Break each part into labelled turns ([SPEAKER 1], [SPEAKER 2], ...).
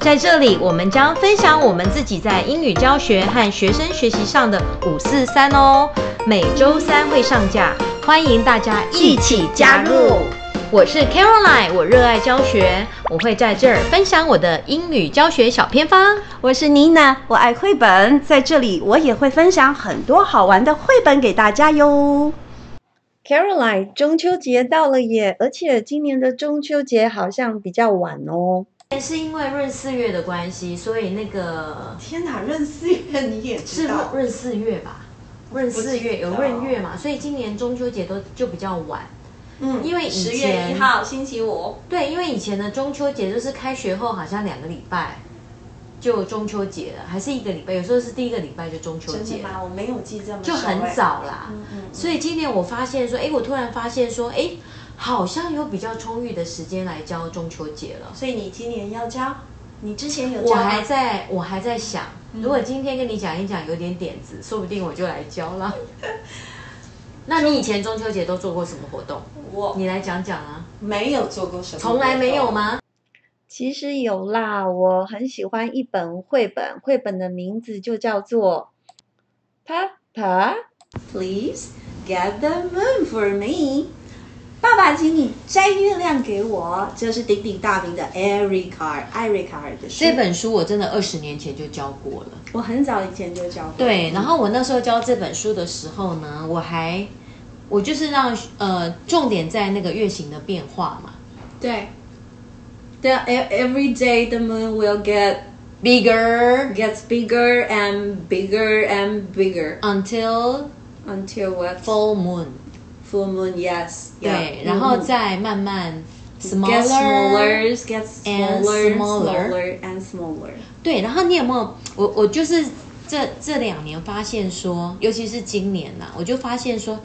[SPEAKER 1] 在这里，我们将分享我们自己在英语教学和学生学习上的五四三哦，每周三会上架，欢迎大家一起加入。我是 Caroline，我热爱教学，我会在这儿分享我的英语教学小偏方。
[SPEAKER 2] 我是妮娜，我爱绘本，在这里我也会分享很多好玩的绘本给大家哟。Caroline，中秋节到了耶，而且今年的中秋节好像比较晚哦。
[SPEAKER 1] 是因为闰四月的关系，所以那个
[SPEAKER 3] 天哪，闰四月你也知
[SPEAKER 1] 是
[SPEAKER 3] 道？
[SPEAKER 1] 闰四月吧？闰四月有闰月嘛，所以今年中秋节都就比较晚。
[SPEAKER 3] 嗯，
[SPEAKER 1] 因为以
[SPEAKER 4] 十
[SPEAKER 1] 前
[SPEAKER 4] 月一号星期五，
[SPEAKER 1] 对，因为以前的中秋节就是开学后好像两个礼拜就中秋节了，还是一个礼拜，有时候是第一个礼拜就中秋
[SPEAKER 3] 真
[SPEAKER 1] 节
[SPEAKER 3] 的，啊吗？我没有记这么
[SPEAKER 1] 就很
[SPEAKER 3] 熟哎。
[SPEAKER 1] 早啦。
[SPEAKER 3] 嗯嗯，
[SPEAKER 1] 所以今年我发现说，哎，我突然发现说，哎，好像有比较充裕的时间来教中秋节了。
[SPEAKER 3] 所以你今年要教？你之前有
[SPEAKER 1] 我
[SPEAKER 3] 教吗
[SPEAKER 1] 还在我还在想，如果今天跟你讲一讲，有点点子，说不定我就来教了。 那你以前中秋节都做过什么活动？
[SPEAKER 3] 我
[SPEAKER 1] 你来讲讲啊，
[SPEAKER 3] 没有做过什么，
[SPEAKER 1] 从来没有？吗？
[SPEAKER 2] 其实有啦，我很喜欢一本绘本，绘本的名字就叫做《Papa》。
[SPEAKER 3] Please get the moon for me。爸爸，请你摘月亮给我。这是鼎鼎大名的艾瑞卡尔，艾瑞卡尔的书。
[SPEAKER 1] 这本书我真的二十年前就教过了。
[SPEAKER 3] 我很早以前就教过。
[SPEAKER 1] 对，然后我那时候教这本书的时候呢，我还我就是让呃重点在那个月形的变化嘛
[SPEAKER 3] 对。The every day the moon will get
[SPEAKER 1] ，bigger
[SPEAKER 3] gets bigger and bigger and bigger
[SPEAKER 1] until
[SPEAKER 3] until what
[SPEAKER 1] full moon，
[SPEAKER 3] full moon? Yes.
[SPEAKER 1] 对
[SPEAKER 3] yeah.
[SPEAKER 1] 然后
[SPEAKER 3] Mm.
[SPEAKER 1] 再慢慢
[SPEAKER 3] get
[SPEAKER 1] 嗯 smaller，
[SPEAKER 3] smaller, get
[SPEAKER 1] and
[SPEAKER 3] smaller,
[SPEAKER 1] smaller.
[SPEAKER 3] smaller and smaller.
[SPEAKER 1] 对，然后你有没有？我我就是这这两年发现说，尤其是今年呐、我就发现说，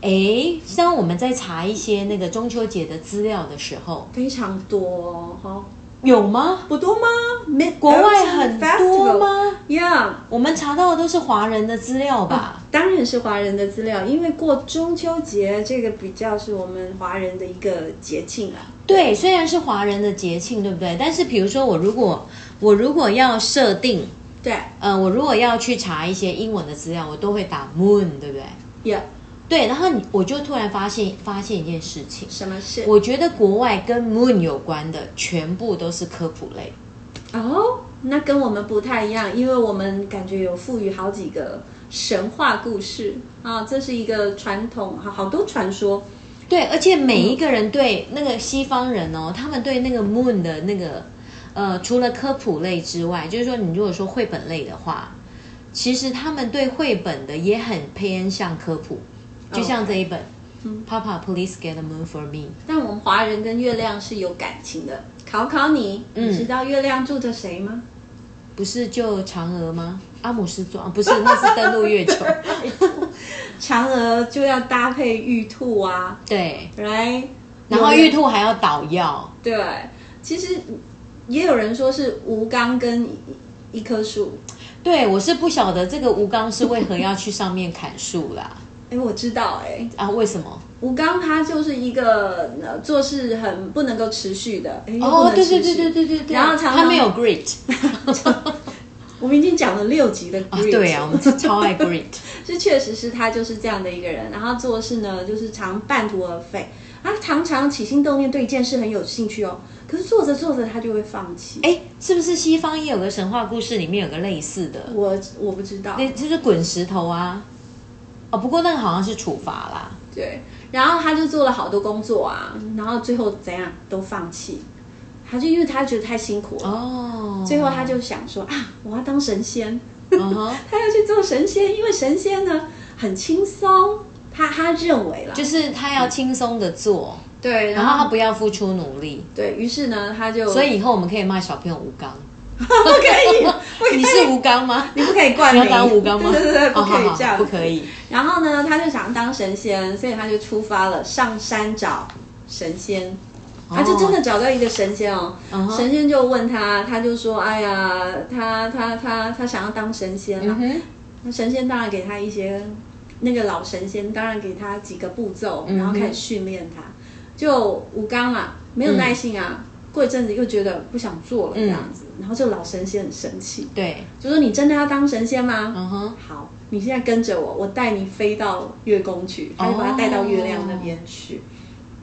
[SPEAKER 1] 哎，当我们在查一些那个中秋节的资料的时候，
[SPEAKER 3] 非常多哈，
[SPEAKER 1] 有吗？
[SPEAKER 3] 不多吗？没，
[SPEAKER 1] 国外很多
[SPEAKER 3] Festival？
[SPEAKER 1] 吗？
[SPEAKER 3] ？Yeah，
[SPEAKER 1] 我们查到的都是华人的资料吧？
[SPEAKER 3] 当然是华人的资料，因为过中秋节这个比较是我们华人的一个节庆啊。
[SPEAKER 1] 对，虽然是华人的节庆，对不对？但是比如说我如果我如果要设定，
[SPEAKER 3] 对
[SPEAKER 1] 呃，我如果要去查一些英文的资料，我都会打 moon，对不对？
[SPEAKER 3] ，Yeah，
[SPEAKER 1] 对，然后你我就突然发现发现一件事情，
[SPEAKER 3] 什么事？
[SPEAKER 1] 我觉得国外跟 moon 有关的全部都是科普类。
[SPEAKER 3] 哦，那跟我们不太一样，因为我们感觉有赋予好几个神话故事啊，这是一个传统，好好多传说。
[SPEAKER 1] 对，而且每一个人对那个西方人哦，他们对那个 moon 的那个呃，除了科普类之外，就是说你如果说绘本类的话，其实他们对绘本的也很偏向科普，就像这一本。Papa, please get the moon for me。
[SPEAKER 3] 但我们华人跟月亮是有感情的。考考你，
[SPEAKER 1] 嗯
[SPEAKER 3] 你知道月亮住着谁吗？
[SPEAKER 1] 不是就嫦娥吗？阿姆斯壮不是，那是登陆月球。
[SPEAKER 3] 嫦娥就要搭配玉兔啊，
[SPEAKER 1] 对，
[SPEAKER 3] 来，
[SPEAKER 1] 然后玉兔还要捣药。
[SPEAKER 3] 对，其实也有人说是吴刚跟一一棵树。
[SPEAKER 1] 对，我是不晓得这个吴刚是为何要去上面砍树啦？
[SPEAKER 3] 哎，我知道哎、
[SPEAKER 1] 啊，为什么？
[SPEAKER 3] 吴刚他就是一个呃做事很不能够持续的，哎
[SPEAKER 1] 哦，对对对对对对对，
[SPEAKER 3] 然后常常
[SPEAKER 1] 他没有 grit
[SPEAKER 3] 我们已经讲了六集的 g r
[SPEAKER 1] 啊，对啊，我们超 爱 grit，
[SPEAKER 3] 这确实是他就是这样的一个人，然后做事呢就是常半途而废，他常常起心动念对一件事很有兴趣哦，可是做着做着他就会放弃。哎，
[SPEAKER 1] 哎，是不是西方也有个神话故事里面有个类似的？
[SPEAKER 3] 我我不知道，
[SPEAKER 1] 那就是滚石头啊，哦，不过那个好像是处罚啦。
[SPEAKER 3] 对，然后他就做了好多工作啊，然后最后怎样都放弃，他就因为他觉得太辛苦了，
[SPEAKER 1] 哦，
[SPEAKER 3] 最后他就想说啊，我要当神仙，
[SPEAKER 1] 嗯哼，
[SPEAKER 3] 他要去做神仙，因为神仙呢很轻松，他他认为啦，
[SPEAKER 1] 就是他要轻松的做，
[SPEAKER 3] 对，
[SPEAKER 1] 然后他不要付出努力，
[SPEAKER 3] 对于是呢，他就
[SPEAKER 1] 所以以后我们可以骂小朋友吴刚。
[SPEAKER 3] 不可 以，不可以
[SPEAKER 1] 你是吴刚吗？
[SPEAKER 3] 你不可以冠
[SPEAKER 1] 你
[SPEAKER 3] 名，
[SPEAKER 1] 要当吴刚吗？
[SPEAKER 3] 对对对，
[SPEAKER 1] 哦
[SPEAKER 3] 不可以
[SPEAKER 1] 好好
[SPEAKER 3] 这样，
[SPEAKER 1] 不可。以。
[SPEAKER 3] 然后呢，他就想当神仙，所以他就出发了，上山找神仙。他就真的找到一个神仙哦
[SPEAKER 1] 哦嗯哼
[SPEAKER 3] 神仙就问他，他就说：“哎呀，他他他他想要当神仙
[SPEAKER 1] 嗯
[SPEAKER 3] 啊。
[SPEAKER 1] 哼，
[SPEAKER 3] 那神仙当然给他一些，那个老神仙当然给
[SPEAKER 1] 嗯
[SPEAKER 3] 他几个步骤，然后开始训练他。就吴刚啊，没有耐性啊，过一阵子又觉得不想做了
[SPEAKER 1] 嗯
[SPEAKER 3] 这样子，然后这老神仙很生气，
[SPEAKER 1] 对，
[SPEAKER 3] 就说你真的要当神仙吗？
[SPEAKER 1] 嗯哼，
[SPEAKER 3] 好，你现在跟着我，我带你飞到月宫去，
[SPEAKER 1] 哦
[SPEAKER 3] 他就把他带到月亮那边去。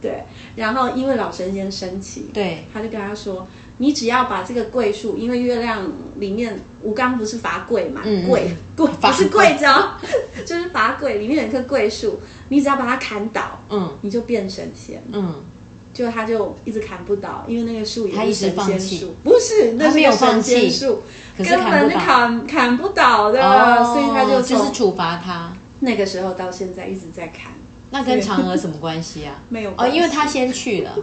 [SPEAKER 3] 对，然后因为老神仙生气，
[SPEAKER 1] 对，
[SPEAKER 3] 他就跟他说：“你只要把这个桂树，因为月亮里面吴刚不是罚跪嘛，
[SPEAKER 1] 嗯嗯
[SPEAKER 3] 跪跪
[SPEAKER 1] 罚
[SPEAKER 3] 不是跪着哦， 就是罚跪，里面有一棵桂树，你只要把它砍倒，
[SPEAKER 1] 嗯
[SPEAKER 3] 你就变神仙。
[SPEAKER 1] 嗯，
[SPEAKER 3] 就他就一直砍不倒，因为那个树
[SPEAKER 1] 他一
[SPEAKER 3] 也
[SPEAKER 1] 直
[SPEAKER 3] 是神仙
[SPEAKER 1] 放弃
[SPEAKER 3] 树，不是那
[SPEAKER 1] 他
[SPEAKER 3] 是
[SPEAKER 1] 没
[SPEAKER 3] 个
[SPEAKER 1] 有放
[SPEAKER 3] 神仙
[SPEAKER 1] 弃
[SPEAKER 3] 树，
[SPEAKER 1] 可是
[SPEAKER 3] 根
[SPEAKER 1] 砍
[SPEAKER 3] 本
[SPEAKER 1] 不
[SPEAKER 3] 就
[SPEAKER 1] 倒
[SPEAKER 3] 砍砍不倒的，啊所以他就
[SPEAKER 1] 就是
[SPEAKER 3] 从
[SPEAKER 1] 哦处罚他。
[SPEAKER 3] 那个时候到现在一直在砍，
[SPEAKER 1] 那跟嫦娥什么关系啊？
[SPEAKER 3] 没有
[SPEAKER 1] 哦，
[SPEAKER 3] 关系
[SPEAKER 1] 因为他先去 了，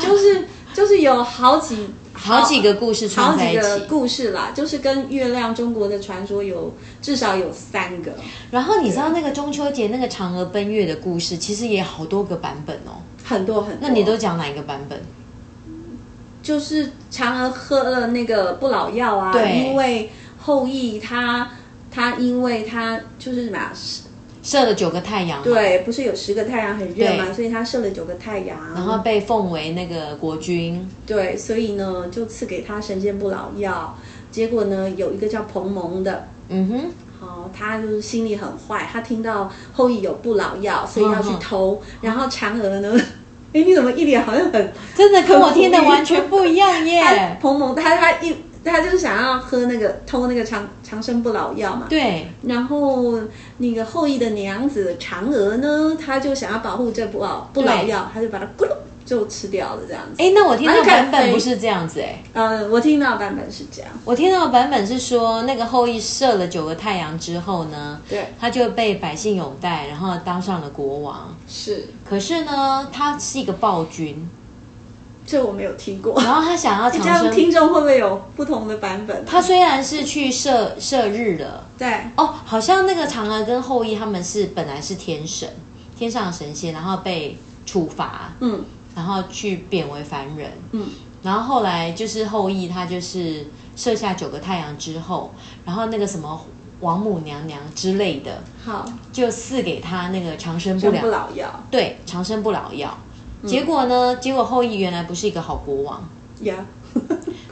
[SPEAKER 3] 就是就是有好几
[SPEAKER 1] 好几个故事
[SPEAKER 3] 好
[SPEAKER 1] 串在
[SPEAKER 3] 几
[SPEAKER 1] 一
[SPEAKER 3] 个
[SPEAKER 1] 起。
[SPEAKER 3] 故事啦，就是跟月亮中国的传说有至少有三个，
[SPEAKER 1] 然后你知道那个中秋节那个嫦娥奔月的故事，其实也好多个版本哦。
[SPEAKER 3] 很多很多。
[SPEAKER 1] 那你都讲哪一个版本？
[SPEAKER 3] 就是嫦娥喝了那个不老药啊，
[SPEAKER 1] 对
[SPEAKER 3] 因为后羿他他因为他就是什么啊
[SPEAKER 1] 射了九个太阳，，
[SPEAKER 3] 对，不是有十个太阳很热嘛，
[SPEAKER 1] 对
[SPEAKER 3] 所以他射了九个太阳，然
[SPEAKER 1] 然后被奉为那个国君。
[SPEAKER 3] 对，所以呢就赐给他神仙不老药。结果呢，有一个叫彭蒙的，
[SPEAKER 1] 嗯哼，
[SPEAKER 3] 哦，他就是心里很坏，他听到后羿有不老药，所以要去
[SPEAKER 1] 哦
[SPEAKER 3] 偷。然后嫦娥呢， 哎，你怎么一脸好像很
[SPEAKER 1] 真的跟我
[SPEAKER 3] 很无
[SPEAKER 1] 听的
[SPEAKER 3] 力
[SPEAKER 1] 完全不一样
[SPEAKER 3] 他
[SPEAKER 1] 耶。
[SPEAKER 3] 彭蒙他他一他就是想要喝那个偷那个长长生不老药嘛。
[SPEAKER 1] 对，
[SPEAKER 3] 然后那个后羿的娘子嫦娥呢，她就想要保护这不老不老药，她就把它咕噜就吃掉了这样子。
[SPEAKER 1] 哎，那我听到
[SPEAKER 3] 蛮感
[SPEAKER 1] 版本
[SPEAKER 3] 动
[SPEAKER 1] 不是这样子哎，
[SPEAKER 3] 呃，我听到的版本是这样，
[SPEAKER 1] 我听到的版本是说，那个后羿射了九个太阳之后呢，
[SPEAKER 3] 对，
[SPEAKER 1] 他就被百姓拥戴，然后当上了国王。
[SPEAKER 3] 是
[SPEAKER 1] 可是呢，他是一个暴 君，
[SPEAKER 3] 这我没有听过。
[SPEAKER 1] 然后他想要
[SPEAKER 3] 哎这
[SPEAKER 1] 长
[SPEAKER 3] 样
[SPEAKER 1] 生。
[SPEAKER 3] 听众会不会有不同的版本？
[SPEAKER 1] 他虽然是去射射日了，
[SPEAKER 3] 对
[SPEAKER 1] 哦，好像那个嫦娥跟后羿他们是本来是天神，天上的神仙，然后被处罚，
[SPEAKER 3] 嗯
[SPEAKER 1] 然后去贬为凡人。
[SPEAKER 3] 嗯，
[SPEAKER 1] 然后后来就是后羿，他就是射下九个太阳之后，然后那个什么王母娘娘之类的，
[SPEAKER 3] 好，
[SPEAKER 1] 就赐给他那个长生不
[SPEAKER 3] 真
[SPEAKER 1] 老，
[SPEAKER 3] 不老药
[SPEAKER 1] 对，长生不老药。结果呢，结果后羿原来不是一个好国王，
[SPEAKER 3] 呀。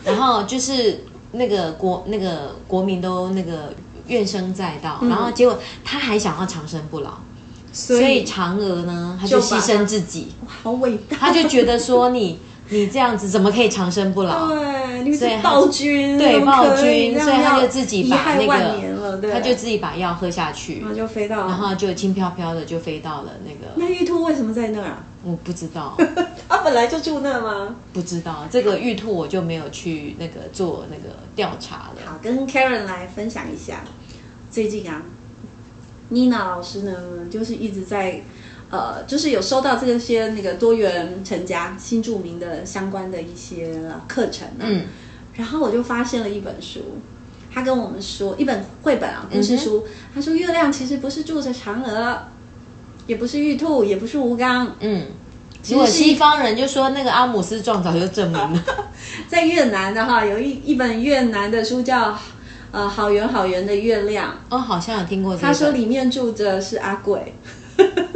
[SPEAKER 1] 然后就是那个国那个国民都那个怨声载道，
[SPEAKER 3] 嗯
[SPEAKER 1] 然后结果他还想要长生不老，
[SPEAKER 3] 所
[SPEAKER 1] 所以嫦娥呢，她就
[SPEAKER 3] 就把
[SPEAKER 1] 牺
[SPEAKER 3] 他
[SPEAKER 1] 牲自己，
[SPEAKER 3] 哇好伟大，
[SPEAKER 1] 她就觉得说你 你这样子怎么可以长生不
[SPEAKER 3] 嗯
[SPEAKER 1] 老？
[SPEAKER 3] 对，你
[SPEAKER 1] 所
[SPEAKER 3] 是
[SPEAKER 1] 以他
[SPEAKER 3] 暴君，
[SPEAKER 1] 对
[SPEAKER 3] 怎么可
[SPEAKER 1] 暴君，
[SPEAKER 3] 这样
[SPEAKER 1] 所以他
[SPEAKER 3] 要
[SPEAKER 1] 就自己
[SPEAKER 3] 遗
[SPEAKER 1] 把
[SPEAKER 3] 害
[SPEAKER 1] 那
[SPEAKER 3] 万年了，
[SPEAKER 1] 个，
[SPEAKER 3] 对，
[SPEAKER 1] 他就自己把药喝下去
[SPEAKER 3] 然，后就飞到，
[SPEAKER 1] 然后就轻飘飘的就飞到了那个，
[SPEAKER 3] 那玉兔为什么在那儿啊？
[SPEAKER 1] 我不知道，
[SPEAKER 3] 他本来就住那吗？
[SPEAKER 1] 不知道这个玉兔我就没有去那个做那个调查了。
[SPEAKER 3] 好，跟 Karen 来分享一下最近啊，Nina 老师呢，就是一直在呃，就是有收到这些那个多元成家新著名的相关的一些课程、啊，
[SPEAKER 1] 嗯，
[SPEAKER 3] 然后我就发现了一本书，他跟我们说一本绘本
[SPEAKER 1] 嗯
[SPEAKER 3] 啊，故事书。他说月亮其实不是住着嫦娥，也不是玉兔，也不是吴刚，
[SPEAKER 1] 嗯，
[SPEAKER 3] 其
[SPEAKER 1] 如果
[SPEAKER 3] 实是
[SPEAKER 1] 西
[SPEAKER 3] 一
[SPEAKER 1] 方人就说那个阿姆斯壮早就证明 了，
[SPEAKER 3] 在越南的哈，有一一本越南的书叫呃好圆好圆的月亮，
[SPEAKER 1] 哦，好像有听过这
[SPEAKER 3] 他
[SPEAKER 1] 个，
[SPEAKER 3] 说里面住着是阿贵，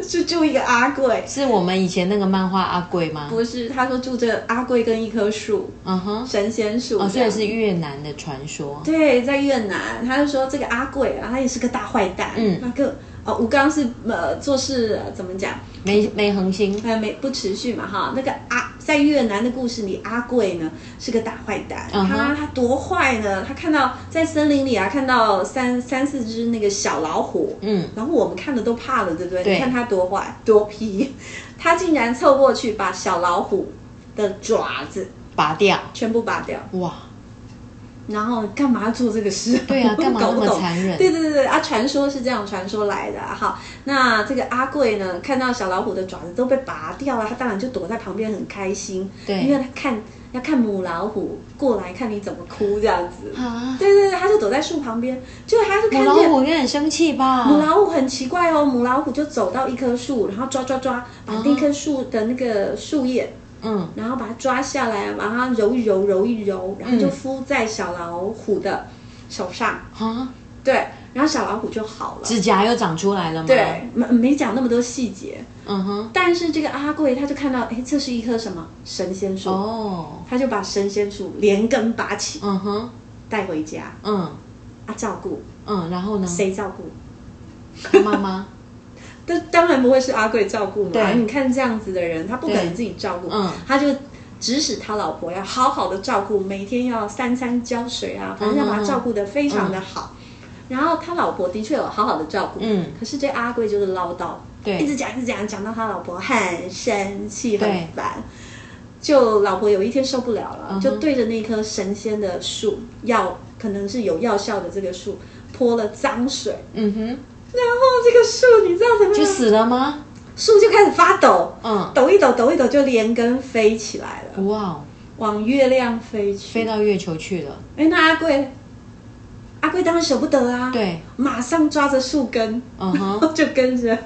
[SPEAKER 3] 是住一个阿贵。
[SPEAKER 1] 是我们以前那个漫画阿贵吗？
[SPEAKER 3] 不是，他说住着阿贵跟一棵树，
[SPEAKER 1] 嗯哼，
[SPEAKER 3] 神仙树。
[SPEAKER 1] 哦，
[SPEAKER 3] 这
[SPEAKER 1] 所以
[SPEAKER 3] 样
[SPEAKER 1] 是越南的传说。
[SPEAKER 3] 对，在越南，他就说这个阿贵啊，他也是个大坏蛋。
[SPEAKER 1] 嗯
[SPEAKER 3] 那个哦，吴刚是呃做事呃怎么讲，
[SPEAKER 1] 没没恒星，
[SPEAKER 3] 呃没不持续嘛哈。那个阿在越南的故事里，阿贵呢是个大坏蛋。
[SPEAKER 1] 嗯
[SPEAKER 3] 他
[SPEAKER 1] 哼
[SPEAKER 3] 他多坏呢？他看到在森林里啊，看到三三四只那个小老虎，
[SPEAKER 1] 嗯，
[SPEAKER 3] 然后我们看了都怕了，对不对？
[SPEAKER 1] 对
[SPEAKER 3] 你看他多坏多皮， 他竟然凑过去把小老虎的爪子
[SPEAKER 1] 拔掉，
[SPEAKER 3] 全部拔掉。
[SPEAKER 1] 哇，
[SPEAKER 3] 然后干嘛做这个事？
[SPEAKER 1] 对 啊干嘛那
[SPEAKER 3] 搞
[SPEAKER 1] 么
[SPEAKER 3] 不懂
[SPEAKER 1] 残忍
[SPEAKER 3] 对对对对啊，传说是这样传说来的哈。那这个阿贵呢，看到小老虎的爪子都被拔掉了，他当然就躲在旁边很开心，
[SPEAKER 1] 对
[SPEAKER 3] 因为他看要看母老虎过来看你怎么哭这样子。
[SPEAKER 1] 啊，
[SPEAKER 3] 对对对，他就躲在树旁边，结果他就
[SPEAKER 1] 母
[SPEAKER 3] 看
[SPEAKER 1] 老
[SPEAKER 3] 见
[SPEAKER 1] 虎应该很生气吧？
[SPEAKER 3] 母老虎很奇怪哦，母老虎就走到一棵树，然后抓抓抓，把那棵树的那个树叶，
[SPEAKER 1] 嗯，
[SPEAKER 3] 然后把它抓下来，把它揉一揉，揉一揉，然后就敷在小老虎的手上。
[SPEAKER 1] 啊，
[SPEAKER 3] 对，然后小老虎就好了。
[SPEAKER 1] 指甲又长出来了吗？
[SPEAKER 3] 对，，没没讲那么多细节，
[SPEAKER 1] 嗯哼，
[SPEAKER 3] 但是这个阿贵他就看到，哎，这是一棵什么神仙树，
[SPEAKER 1] 哦，
[SPEAKER 3] 他就把神仙树连根拔起
[SPEAKER 1] 嗯哼，
[SPEAKER 3] 带回家
[SPEAKER 1] 嗯
[SPEAKER 3] 啊，照顾
[SPEAKER 1] 嗯，然后呢？
[SPEAKER 3] 谁照顾？
[SPEAKER 1] 他妈妈，
[SPEAKER 3] 但当然不会是阿贵照顾嘛。
[SPEAKER 1] 对
[SPEAKER 3] 你看这样子的人，他不可
[SPEAKER 1] 对
[SPEAKER 3] 能自己照顾，
[SPEAKER 1] 嗯
[SPEAKER 3] 他就指使他老婆要好好的照顾，每天要三餐浇水啊，
[SPEAKER 1] 嗯
[SPEAKER 3] 反正要把他照顾的非常的好。然后他老婆的确有好好的照顾，
[SPEAKER 1] 嗯
[SPEAKER 3] 可是这阿贵就是唠叨，
[SPEAKER 1] 对
[SPEAKER 3] 一直讲一直讲，讲到他老婆很生气
[SPEAKER 1] 对
[SPEAKER 3] 很烦。就老婆有一天受不了了，
[SPEAKER 1] 嗯哼
[SPEAKER 3] 就对着那棵神仙的树药，可能是有药效的这个树泼了脏水，
[SPEAKER 1] 嗯哼，
[SPEAKER 3] 然后这个树你知道怎么
[SPEAKER 1] 就
[SPEAKER 3] 样
[SPEAKER 1] 死了吗？
[SPEAKER 3] 树就开始发抖，
[SPEAKER 1] 嗯，
[SPEAKER 3] 抖一抖，抖一抖，就连根飞起来了，
[SPEAKER 1] 哇哦，
[SPEAKER 3] 往月亮飞去。
[SPEAKER 1] 飞到月球去了，
[SPEAKER 3] 哎，那阿贵，阿贵当然舍不得啊，，
[SPEAKER 1] 对，
[SPEAKER 3] 马上抓着树根，
[SPEAKER 1] 嗯哼，
[SPEAKER 3] 就跟着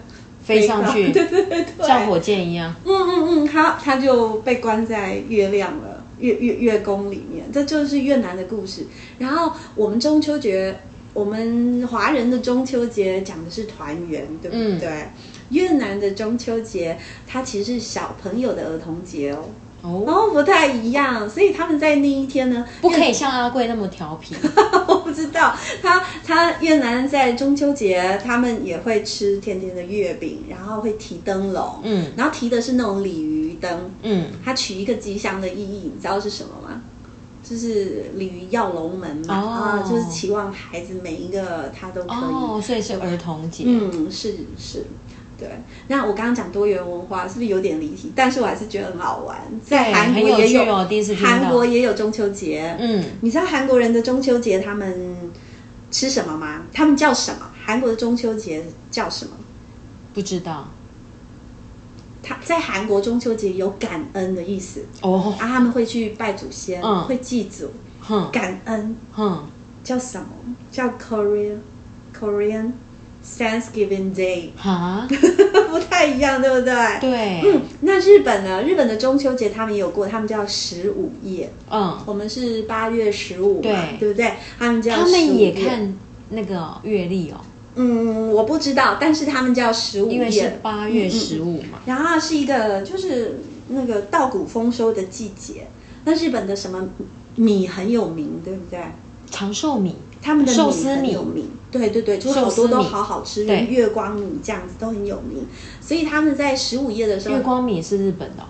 [SPEAKER 1] 飞上去
[SPEAKER 3] 到对对对对，
[SPEAKER 1] 像火箭一样，
[SPEAKER 3] 嗯嗯嗯，他他就被关在月亮了，月月月宫里面，这就是越南的故事。然后我们中秋节，我们华人的中秋节讲的是团圆，对不对？
[SPEAKER 1] 嗯
[SPEAKER 3] 越南的中秋节，它其实是小朋友的儿童节哦，
[SPEAKER 1] 哦，
[SPEAKER 3] 哦，不太一样，所以他们在那一天呢，
[SPEAKER 1] 不 可以像阿贵那么调皮，
[SPEAKER 3] 我不知道，他他越南在中秋节，他们也会吃甜甜的月饼，然后会提灯笼，
[SPEAKER 1] 嗯
[SPEAKER 3] 然后提的是那种鲤鱼灯，
[SPEAKER 1] 嗯，
[SPEAKER 3] 它取一个吉祥的意义，你知道是什么吗？就是鲤鱼跃龙门嘛，
[SPEAKER 1] 哦
[SPEAKER 3] 啊，就是期望孩子每一个他都可以。
[SPEAKER 1] 哦，所以是儿童节，
[SPEAKER 3] 嗯，是是，对。那我刚刚讲多元文化是不是有点离题？但是我还是觉得很好玩，在
[SPEAKER 1] 对
[SPEAKER 3] 韩国
[SPEAKER 1] 哎很有
[SPEAKER 3] 也
[SPEAKER 1] 趣
[SPEAKER 3] 有，
[SPEAKER 1] 哦第一次听到
[SPEAKER 3] 韩国也有中秋节。
[SPEAKER 1] 嗯，
[SPEAKER 3] 你知道韩国人的中秋节他们吃什么吗？他们叫什么？韩国的中秋节叫什么？
[SPEAKER 1] 不知道，
[SPEAKER 3] 他在韩国中秋节有感恩的意思
[SPEAKER 1] 哦，
[SPEAKER 3] 啊，他们会去拜祖先，
[SPEAKER 1] 嗯
[SPEAKER 3] 会祭祖，
[SPEAKER 1] 哼
[SPEAKER 3] 感恩
[SPEAKER 1] 哼，
[SPEAKER 3] 叫什么？叫 Korean Korean Thanksgiving Day，
[SPEAKER 1] 哈，
[SPEAKER 3] 不太一样，对不 对？
[SPEAKER 1] 对，
[SPEAKER 3] 嗯，那日本呢？日本的中秋节他们也有过，他们叫十五夜，
[SPEAKER 1] 嗯，
[SPEAKER 3] 我们是八月十五嘛，
[SPEAKER 1] 对
[SPEAKER 3] 不对？他们叫
[SPEAKER 1] 他们也
[SPEAKER 3] 15夜，
[SPEAKER 1] 看那个月历哦，
[SPEAKER 3] 嗯，我不知道，但是他们叫十五
[SPEAKER 1] 因为是
[SPEAKER 3] 夜，嗯
[SPEAKER 1] 八月十五嘛，
[SPEAKER 3] 然后它是一个就是那个稻谷丰收的季节。那日本的什么米很有名，对不对？
[SPEAKER 1] 长寿米，
[SPEAKER 3] 他们的
[SPEAKER 1] 寿司
[SPEAKER 3] 很
[SPEAKER 1] 米
[SPEAKER 3] 有名，对对对，就是好
[SPEAKER 1] 寿司
[SPEAKER 3] 多
[SPEAKER 1] 米
[SPEAKER 3] 都好好吃，
[SPEAKER 1] 对
[SPEAKER 3] 月光米这样子都很有名，所以他们在十五夜的时候
[SPEAKER 1] 月，光米是日本的哦，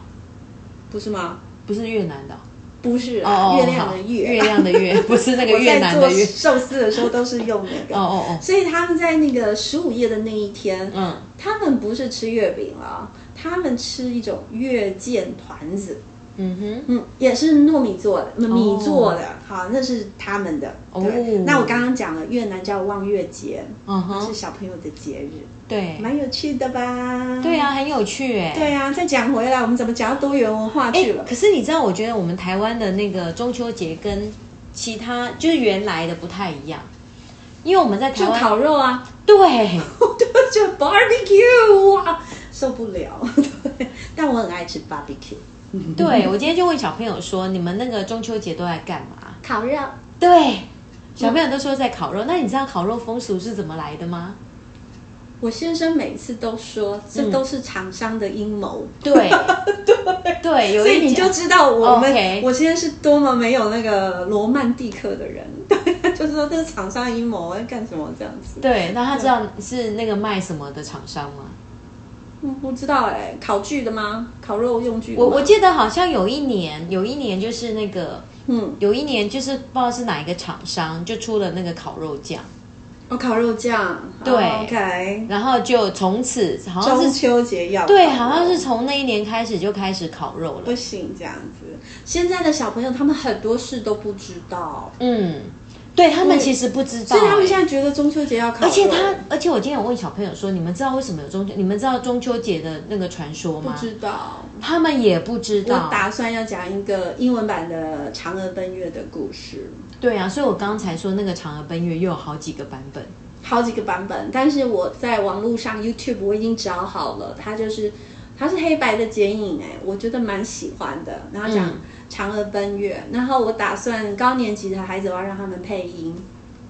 [SPEAKER 3] 不是吗？
[SPEAKER 1] 不是越南的哦。
[SPEAKER 3] 不是、
[SPEAKER 1] 哦
[SPEAKER 3] 啊，
[SPEAKER 1] 哦
[SPEAKER 3] 月亮的
[SPEAKER 1] 好
[SPEAKER 3] 月，
[SPEAKER 1] 月亮的 月，不是那个
[SPEAKER 3] 我
[SPEAKER 1] 越
[SPEAKER 3] 在
[SPEAKER 1] 南
[SPEAKER 3] 做
[SPEAKER 1] 的越。
[SPEAKER 3] 寿司的时候都是用那
[SPEAKER 1] 哦
[SPEAKER 3] 个，
[SPEAKER 1] 哦哦，
[SPEAKER 3] 所以他们在那个十五夜的那一天，
[SPEAKER 1] 嗯，
[SPEAKER 3] 他们不是吃月饼了，他们吃一种月见团子，
[SPEAKER 1] 嗯
[SPEAKER 3] 嗯，也是糯米做的，嗯米做的，
[SPEAKER 1] 哦
[SPEAKER 3] 好，那是他们的。对，
[SPEAKER 1] 哦
[SPEAKER 3] 那我刚刚讲了，越南叫望月节，
[SPEAKER 1] 哼，嗯
[SPEAKER 3] 是
[SPEAKER 1] 哼，
[SPEAKER 3] 小朋友的节日，
[SPEAKER 1] 对，
[SPEAKER 3] 蛮有趣的吧？
[SPEAKER 1] 对，啊，很有趣哎。
[SPEAKER 3] 对啊。再讲回来，我们怎么讲到多元文化去了？
[SPEAKER 1] 可是你知道，我觉得我们台湾的那个中秋节跟其他就是原来的不太一样，因为我们在台
[SPEAKER 3] 就
[SPEAKER 1] 湾
[SPEAKER 3] 烤肉 啊，
[SPEAKER 1] 对，
[SPEAKER 3] 就 barbecue 哇，受不了。 对，但我很爱吃 barbecue
[SPEAKER 1] 对我今天就问小朋友说，你们那个中秋节都在干嘛？
[SPEAKER 3] 烤肉。
[SPEAKER 1] 对，小朋友都说在烤肉。那你知道烤肉风俗是怎么来的吗？
[SPEAKER 3] 我先生每次都说，这都是厂商的阴谋。
[SPEAKER 1] 嗯对，对，有
[SPEAKER 3] 所以
[SPEAKER 1] 一
[SPEAKER 3] 你
[SPEAKER 1] 家
[SPEAKER 3] 就知道我们
[SPEAKER 1] OK
[SPEAKER 3] 我现在是多么没有那个罗曼蒂克的人， 对，就是说这是厂商阴谋我在干什么这样子。
[SPEAKER 1] 对，那他知道是那个卖什么的厂商吗？
[SPEAKER 3] 嗯，不知道哎、烤具的吗？烤肉用具的吗
[SPEAKER 1] 我我记得好像有一年，有一年就是那个，
[SPEAKER 3] 嗯，
[SPEAKER 1] 有一年就是不知道是哪一个厂商就出了那个烤肉酱，
[SPEAKER 3] 哦，烤肉酱，
[SPEAKER 1] 对
[SPEAKER 3] 哦，OK，
[SPEAKER 1] 然后就从此好像
[SPEAKER 3] 中
[SPEAKER 1] 是
[SPEAKER 3] 秋节要
[SPEAKER 1] 对，
[SPEAKER 3] 烤肉
[SPEAKER 1] 好像是从那一年开始就开始烤肉
[SPEAKER 3] 不
[SPEAKER 1] 了。
[SPEAKER 3] 行这样子。现在的小朋友他们很多事都不知道，
[SPEAKER 1] 嗯，对他们其实不知道、
[SPEAKER 3] 所以他们
[SPEAKER 1] 欸
[SPEAKER 3] 现在觉得中秋节要烤肉，
[SPEAKER 1] 而且他，而且我今天有问小朋友说，你们知道为什么有中秋？你们知道中秋节的那个传说
[SPEAKER 3] 不
[SPEAKER 1] 吗？
[SPEAKER 3] 知道。
[SPEAKER 1] 他们也不知
[SPEAKER 3] 我
[SPEAKER 1] 道。
[SPEAKER 3] 打算要讲一个英文版的《嫦娥奔月》的故事。
[SPEAKER 1] 对啊，所以我刚才说那个嫦娥奔月又有好几个版本。
[SPEAKER 3] 好几个版本，但是我在网络上 YouTube 我已经找好了，它就是它是黑白的剪影哎、我觉得蛮喜欢的。然后讲
[SPEAKER 1] 嗯
[SPEAKER 3] 嫦娥奔月，然后我打算高年级的孩子我要让他们配音，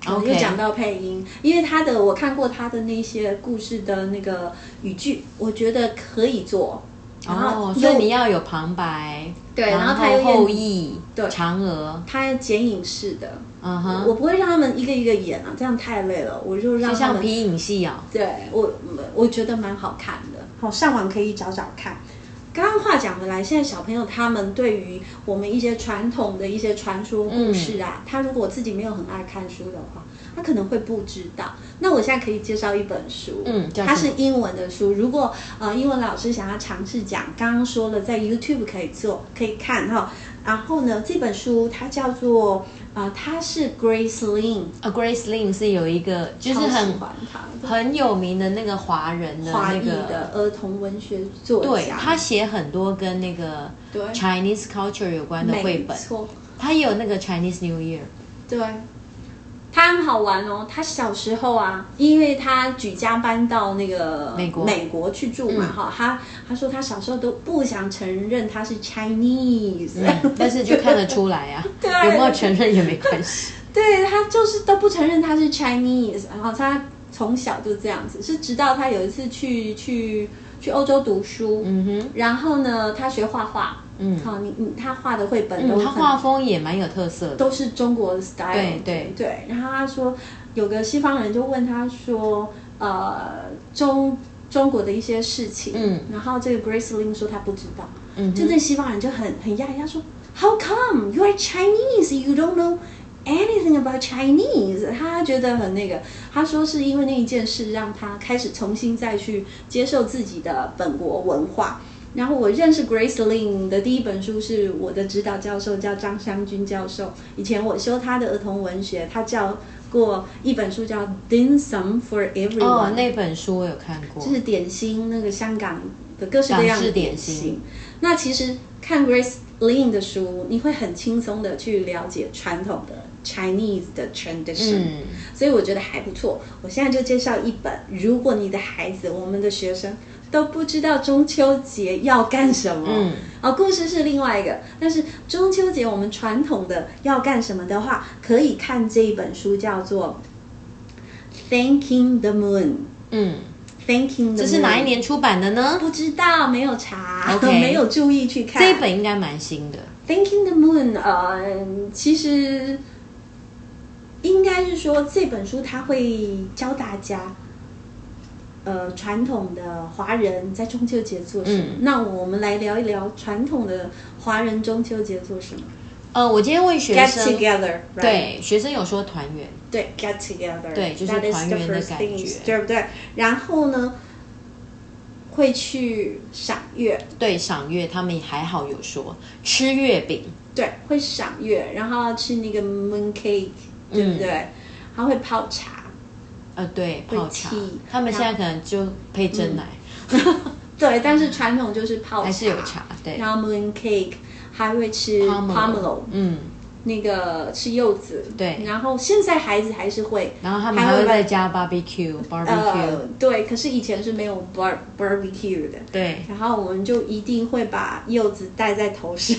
[SPEAKER 3] 我们
[SPEAKER 1] OK
[SPEAKER 3] 又讲到配音，因为他的我看过他的那些故事的那个语句，我觉得可以做。然后
[SPEAKER 1] 哦，
[SPEAKER 3] 又
[SPEAKER 1] 所以你要有旁白，
[SPEAKER 3] 对，然
[SPEAKER 1] 然
[SPEAKER 3] 后他又
[SPEAKER 1] 后
[SPEAKER 3] 演
[SPEAKER 1] 羿，对，嫦娥，
[SPEAKER 3] 他剪影式的，
[SPEAKER 1] 嗯
[SPEAKER 3] 我
[SPEAKER 1] 哼，
[SPEAKER 3] 不会让他们一个一个演啊，这样太累了，我就让
[SPEAKER 1] 就
[SPEAKER 3] 他
[SPEAKER 1] 像
[SPEAKER 3] 们
[SPEAKER 1] 皮影戏哦，
[SPEAKER 3] 对我，我觉得蛮好看的。好，上网可以找找看。刚刚话讲回来，现在小朋友他们对于我们一些传统的一些传说故事啊，他如果自己没有很爱看书的话，他可能会不知道。那我现在可以介绍一本书，
[SPEAKER 1] 嗯叫什么
[SPEAKER 3] 它是英文的书。如果呃英文老师想要尝试讲，刚刚说了在 YouTube 可以做，可以看哈。然后呢，这本书它叫做呃，它是 Grace Lin，
[SPEAKER 1] 啊，Grace Lin 是有一个就是
[SPEAKER 3] 超喜
[SPEAKER 1] 很
[SPEAKER 3] 欢它的
[SPEAKER 1] 很有名的那个华人的
[SPEAKER 3] 华
[SPEAKER 1] 那
[SPEAKER 3] 裔
[SPEAKER 1] 个
[SPEAKER 3] 的，儿童文学作家，
[SPEAKER 1] 对他写很多跟那个
[SPEAKER 3] 对
[SPEAKER 1] Chinese culture 有关的绘
[SPEAKER 3] 没
[SPEAKER 1] 本，
[SPEAKER 3] 错，
[SPEAKER 1] 他也有那个 Chinese New Year，
[SPEAKER 3] 对，他很好玩哦。他小时候啊，因为他举家搬到那个
[SPEAKER 1] 美国
[SPEAKER 3] 美国嗯去住嘛，哈、他他说他小时候都不想承认他是 Chinese，、
[SPEAKER 1] 嗯但是就看得出来啊，
[SPEAKER 3] 对
[SPEAKER 1] 有没有承认也没关 系，
[SPEAKER 3] 对他就是都不承认他是 Chinese，然后他从小就这样子，是直到他有一次去去去欧洲读书，
[SPEAKER 1] 嗯哼，
[SPEAKER 3] 然后呢，他学画画，
[SPEAKER 1] 嗯
[SPEAKER 3] 好、你你他画的绘本都
[SPEAKER 1] 嗯，
[SPEAKER 3] 很、
[SPEAKER 1] 他画风也蛮有特色的，
[SPEAKER 3] 都是中国的 style
[SPEAKER 1] 对对
[SPEAKER 3] 对。然后他说，有个西方人就问他说，呃，中中国的一些事情，
[SPEAKER 1] 嗯
[SPEAKER 3] 然后这个 Grace Lin 说他不知道，
[SPEAKER 1] 嗯
[SPEAKER 3] 就
[SPEAKER 1] 哼，
[SPEAKER 3] 那西方人就很很讶异，他说，How come you are Chinese? You don't know anything about Chinese？他觉得很那个，他说是因为那一件事让他开始重新再去接受自己的本国文化。然后我认识 Grace Lin 的第一本书是我的指导教授叫张湘君教授，以前我修他的儿童文学，他教过一本书叫《Dim Sum for Everyone》，
[SPEAKER 1] 哦，那本书我有看过，
[SPEAKER 3] 就是点心那个香港的各式各样
[SPEAKER 1] 港
[SPEAKER 3] 的
[SPEAKER 1] 式
[SPEAKER 3] 点
[SPEAKER 1] 点心
[SPEAKER 3] 那其实看 Grace Lin 的书，你会很轻松的去了解传统的 Chinese 的 tradition，、
[SPEAKER 1] 嗯，
[SPEAKER 3] 所以我觉得还不错。我现在就介绍一本，如果你的孩子，我们的学生都不知道中秋节要干什么，
[SPEAKER 1] 嗯，
[SPEAKER 3] 哦，故事是另外一个，但是中秋节我们传统的要干什么的话，可以看这一本书，叫做《Thanking the Moon》。
[SPEAKER 1] 嗯，
[SPEAKER 3] Thanking the Moon。
[SPEAKER 1] 这是哪一年出版的呢？
[SPEAKER 3] 不知道，没有查
[SPEAKER 1] OK
[SPEAKER 3] 没有注意去看
[SPEAKER 1] 这一本应该蛮新的，
[SPEAKER 3] Thinking the Moon，呃，其实应该是说这本书它会教大家，呃，传统的华人在中秋节做什么。
[SPEAKER 1] 嗯
[SPEAKER 3] 那我们来聊一聊传统的华人中秋节做什么。
[SPEAKER 1] 呃，我今天问学
[SPEAKER 3] Get
[SPEAKER 1] 生，
[SPEAKER 3] together，、right?
[SPEAKER 1] 对，学生有说团圆，
[SPEAKER 3] 对，get together，
[SPEAKER 1] 对就是
[SPEAKER 3] that is the
[SPEAKER 1] 团圆的
[SPEAKER 3] first
[SPEAKER 1] 感
[SPEAKER 3] things，
[SPEAKER 1] 觉
[SPEAKER 3] 对不对？然后呢，会去赏月，
[SPEAKER 1] 对，赏月他们还好有说，吃月饼，
[SPEAKER 3] 对，会赏月，然后吃那个 moon cake，对不对？然后会泡茶，
[SPEAKER 1] 呃，对，
[SPEAKER 3] 会
[SPEAKER 1] 泡茶
[SPEAKER 3] tea，
[SPEAKER 1] 他们现在可能就配真奶，
[SPEAKER 3] 对，但是传统就是泡茶，
[SPEAKER 1] 还是有茶，对
[SPEAKER 3] 然后 moon cake 还会吃 pomelo，
[SPEAKER 1] ，pomelo，嗯，
[SPEAKER 3] 那个吃柚子，
[SPEAKER 1] 对
[SPEAKER 3] 然后现在孩子还是会，
[SPEAKER 1] 然后他们
[SPEAKER 3] 还
[SPEAKER 1] 还
[SPEAKER 3] 会
[SPEAKER 1] 会再
[SPEAKER 3] 把
[SPEAKER 1] 加 barbecue，barbecue，
[SPEAKER 3] 呃，对，可是以前是没有 bar barbecue 的。
[SPEAKER 1] 对，
[SPEAKER 3] 然后我们就一定会把柚子戴在头上，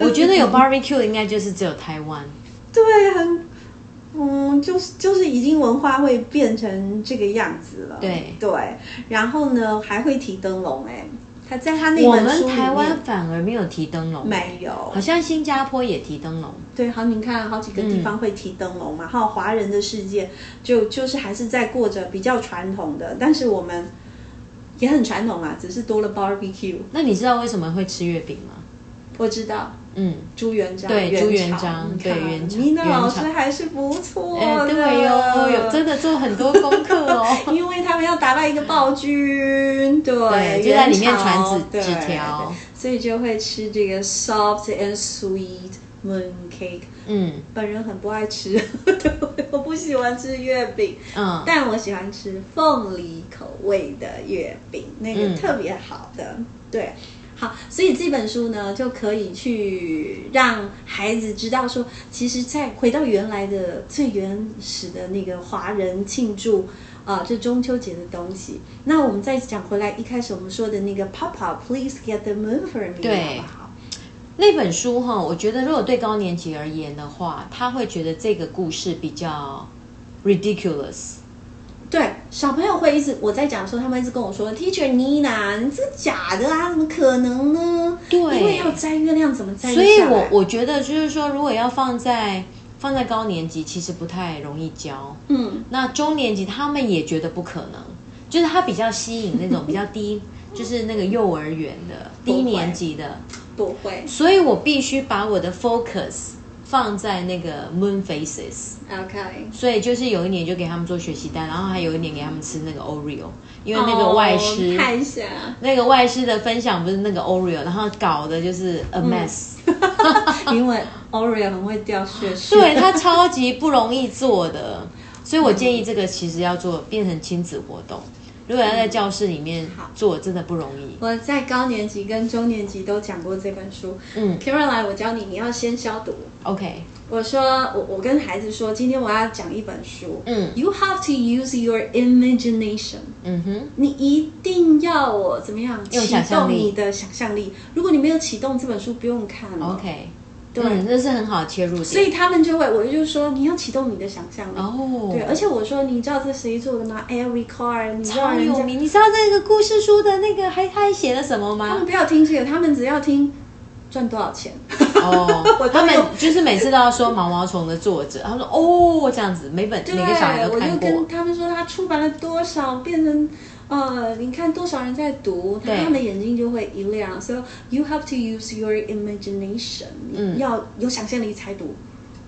[SPEAKER 1] 我觉得有 barbecue 的应该就是只有台湾，
[SPEAKER 3] 对，很，嗯，就是就是已经文化会变成这个样子了。
[SPEAKER 1] 对
[SPEAKER 3] 对，然后呢还会提灯笼哎、他在他那
[SPEAKER 1] 我
[SPEAKER 3] 本
[SPEAKER 1] 们
[SPEAKER 3] 书里
[SPEAKER 1] 台
[SPEAKER 3] 面
[SPEAKER 1] 湾反而没有提灯笼，
[SPEAKER 3] 没有
[SPEAKER 1] 好。像新加坡也提灯笼，
[SPEAKER 3] 对，好，你看好几个
[SPEAKER 1] 嗯
[SPEAKER 3] 地方会提灯笼嘛，还有华人的世界就就是还是在过着比较传统的，但是我们也很传统啊，只是多了 barbecue。
[SPEAKER 1] 那你知道为什么会吃月饼吗？
[SPEAKER 3] 我知道
[SPEAKER 1] 嗯，
[SPEAKER 3] 朱元璋，
[SPEAKER 1] 对
[SPEAKER 3] 元
[SPEAKER 1] 朱元
[SPEAKER 3] 朝
[SPEAKER 1] 璋
[SPEAKER 3] 你看
[SPEAKER 1] 对元朝
[SPEAKER 3] 妮娜
[SPEAKER 1] 元
[SPEAKER 3] 老师
[SPEAKER 1] 朝
[SPEAKER 3] 还是不错的，
[SPEAKER 1] 哎，对
[SPEAKER 3] 啊
[SPEAKER 1] 哦，有真的做很多功课哦。
[SPEAKER 3] 因为他们要打败一个暴君，对，
[SPEAKER 1] 对就在里面
[SPEAKER 3] 元朝
[SPEAKER 1] 传纸
[SPEAKER 3] 对
[SPEAKER 1] 纸条
[SPEAKER 3] 所以就会吃这个 soft and sweet moon cake。
[SPEAKER 1] 嗯
[SPEAKER 3] 本人很不爱吃， 对我不喜欢吃月饼，
[SPEAKER 1] 嗯，
[SPEAKER 3] 但我喜欢吃凤梨口味的月饼，那个
[SPEAKER 1] 嗯
[SPEAKER 3] 特别好的，对。好，所以这本书呢，就可以去让孩子知道说，其实，在回到原来的最原始的那个华人庆祝啊、这中秋节的东西。那我们再讲回来，一开始我们说的那个 Papa，please get the moon for me，
[SPEAKER 1] 对
[SPEAKER 3] 好不好？
[SPEAKER 1] 那本书哈，我觉得如果对高年级而言的话，他会觉得这个故事比较 ridiculous。
[SPEAKER 3] 对，小朋友会一直我在讲的时候，他们一直跟我说：“Teacher Nina，你这个假的啊，怎么可能呢？
[SPEAKER 1] 对
[SPEAKER 3] 因为要摘月亮，怎么摘得
[SPEAKER 1] 所以
[SPEAKER 3] 下来
[SPEAKER 1] 我我觉得就是说，如果要放在放在高年级，其实不太容易教。
[SPEAKER 3] 嗯，
[SPEAKER 1] 那中年级他们也觉得不可能，就是他比较吸引那种比较低， 就是那个幼儿园的
[SPEAKER 3] 不
[SPEAKER 1] 低
[SPEAKER 3] 会
[SPEAKER 1] 年级的，
[SPEAKER 3] 不会。
[SPEAKER 1] 所以我必须把我的 focus 放在那个 moon faces。
[SPEAKER 3] OK，
[SPEAKER 1] 所以就是有一年就给他们做学习单，然后还有一年给他们吃那个 Oreo，因为那个外师、
[SPEAKER 3] 哦看一下，
[SPEAKER 1] 那个外师的分享不是那个 Oreo，然后搞的就是 a mess，、
[SPEAKER 3] 因为 Oreo 很会掉血水。
[SPEAKER 1] 对他超级不容易做的，所以我建议这个其实要做变成亲子活动。如果要在教室里面做，真的不容易。
[SPEAKER 3] 我在高年级跟中年级都讲过这本书。
[SPEAKER 1] 嗯
[SPEAKER 3] Caroline，我教你，你要先消毒。
[SPEAKER 1] ，OK，
[SPEAKER 3] 我说，我我跟孩子说，今天我要讲一本书。
[SPEAKER 1] 嗯
[SPEAKER 3] ，You have to use your imagination。
[SPEAKER 1] 嗯哼，
[SPEAKER 3] 你一定要我怎么样
[SPEAKER 1] 用
[SPEAKER 3] 启
[SPEAKER 1] 想象
[SPEAKER 3] 动
[SPEAKER 1] 力
[SPEAKER 3] 你的想象力？如果你没有启动，这本书不用看了。
[SPEAKER 1] 哦，OK，对，嗯这是很好的切入点。
[SPEAKER 3] 所以他们就会，我就说你要启动你的想象力。
[SPEAKER 1] 哦，
[SPEAKER 3] 对，而且我说你知道这谁做的吗？Eric Carr，你知道
[SPEAKER 1] 超
[SPEAKER 3] 人
[SPEAKER 1] 有
[SPEAKER 3] 家
[SPEAKER 1] 名。啊你知道那个故事书的那个还他还写了什么
[SPEAKER 3] 他
[SPEAKER 1] 吗
[SPEAKER 3] 们？不要听这个，他们只要听赚多少钱。 我
[SPEAKER 1] 哦，
[SPEAKER 3] 都
[SPEAKER 1] 他们
[SPEAKER 3] 有
[SPEAKER 1] 就是每次都要说毛毛虫的作者，他说哦这样子，每本
[SPEAKER 3] 对，
[SPEAKER 1] 每个小孩都
[SPEAKER 3] 我就
[SPEAKER 1] 看
[SPEAKER 3] 跟
[SPEAKER 1] 过，
[SPEAKER 3] 他们说他出版了多少，变成呃，你看多少人在读，
[SPEAKER 1] 对
[SPEAKER 3] 他们的眼睛就会一亮。So you have to use your imagination，、
[SPEAKER 1] 嗯
[SPEAKER 3] 要有想象力才读。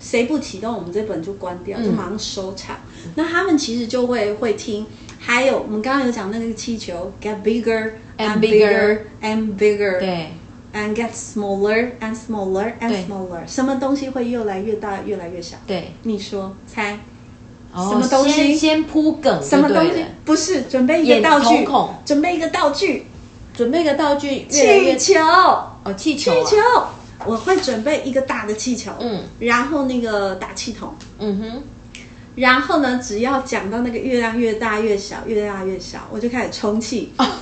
[SPEAKER 3] 谁不启动，我们这本就关
[SPEAKER 1] 嗯
[SPEAKER 3] 掉，就马上收场。那他们其实就会会听。还有，我们刚刚有讲那个气球，get bigger
[SPEAKER 1] And
[SPEAKER 3] bigger and bigger，
[SPEAKER 1] 对，
[SPEAKER 3] ，and get smaller and smaller
[SPEAKER 1] 对
[SPEAKER 3] and smaller，什么东西会越来越大，越来越小？
[SPEAKER 1] 对，
[SPEAKER 3] 你说，猜。
[SPEAKER 1] 哦
[SPEAKER 3] 什么东西
[SPEAKER 1] 先先铺梗就
[SPEAKER 3] 什么东
[SPEAKER 1] 对
[SPEAKER 3] 西
[SPEAKER 1] 了，？
[SPEAKER 3] 不是，准备一
[SPEAKER 1] 眼
[SPEAKER 3] 个道具
[SPEAKER 1] 瞳孔，
[SPEAKER 3] 准备一个道具，
[SPEAKER 1] 准备个道具，越来
[SPEAKER 3] 气
[SPEAKER 1] 越
[SPEAKER 3] 球，
[SPEAKER 1] 哦气
[SPEAKER 3] 气
[SPEAKER 1] 球啊，
[SPEAKER 3] 球，我会准备一个大的气球，
[SPEAKER 1] 嗯
[SPEAKER 3] 然后那个打气筒，
[SPEAKER 1] 嗯哼，
[SPEAKER 3] 然后呢，只要讲到那个月亮越大越小，越大越小，我就开始充气。
[SPEAKER 1] 啊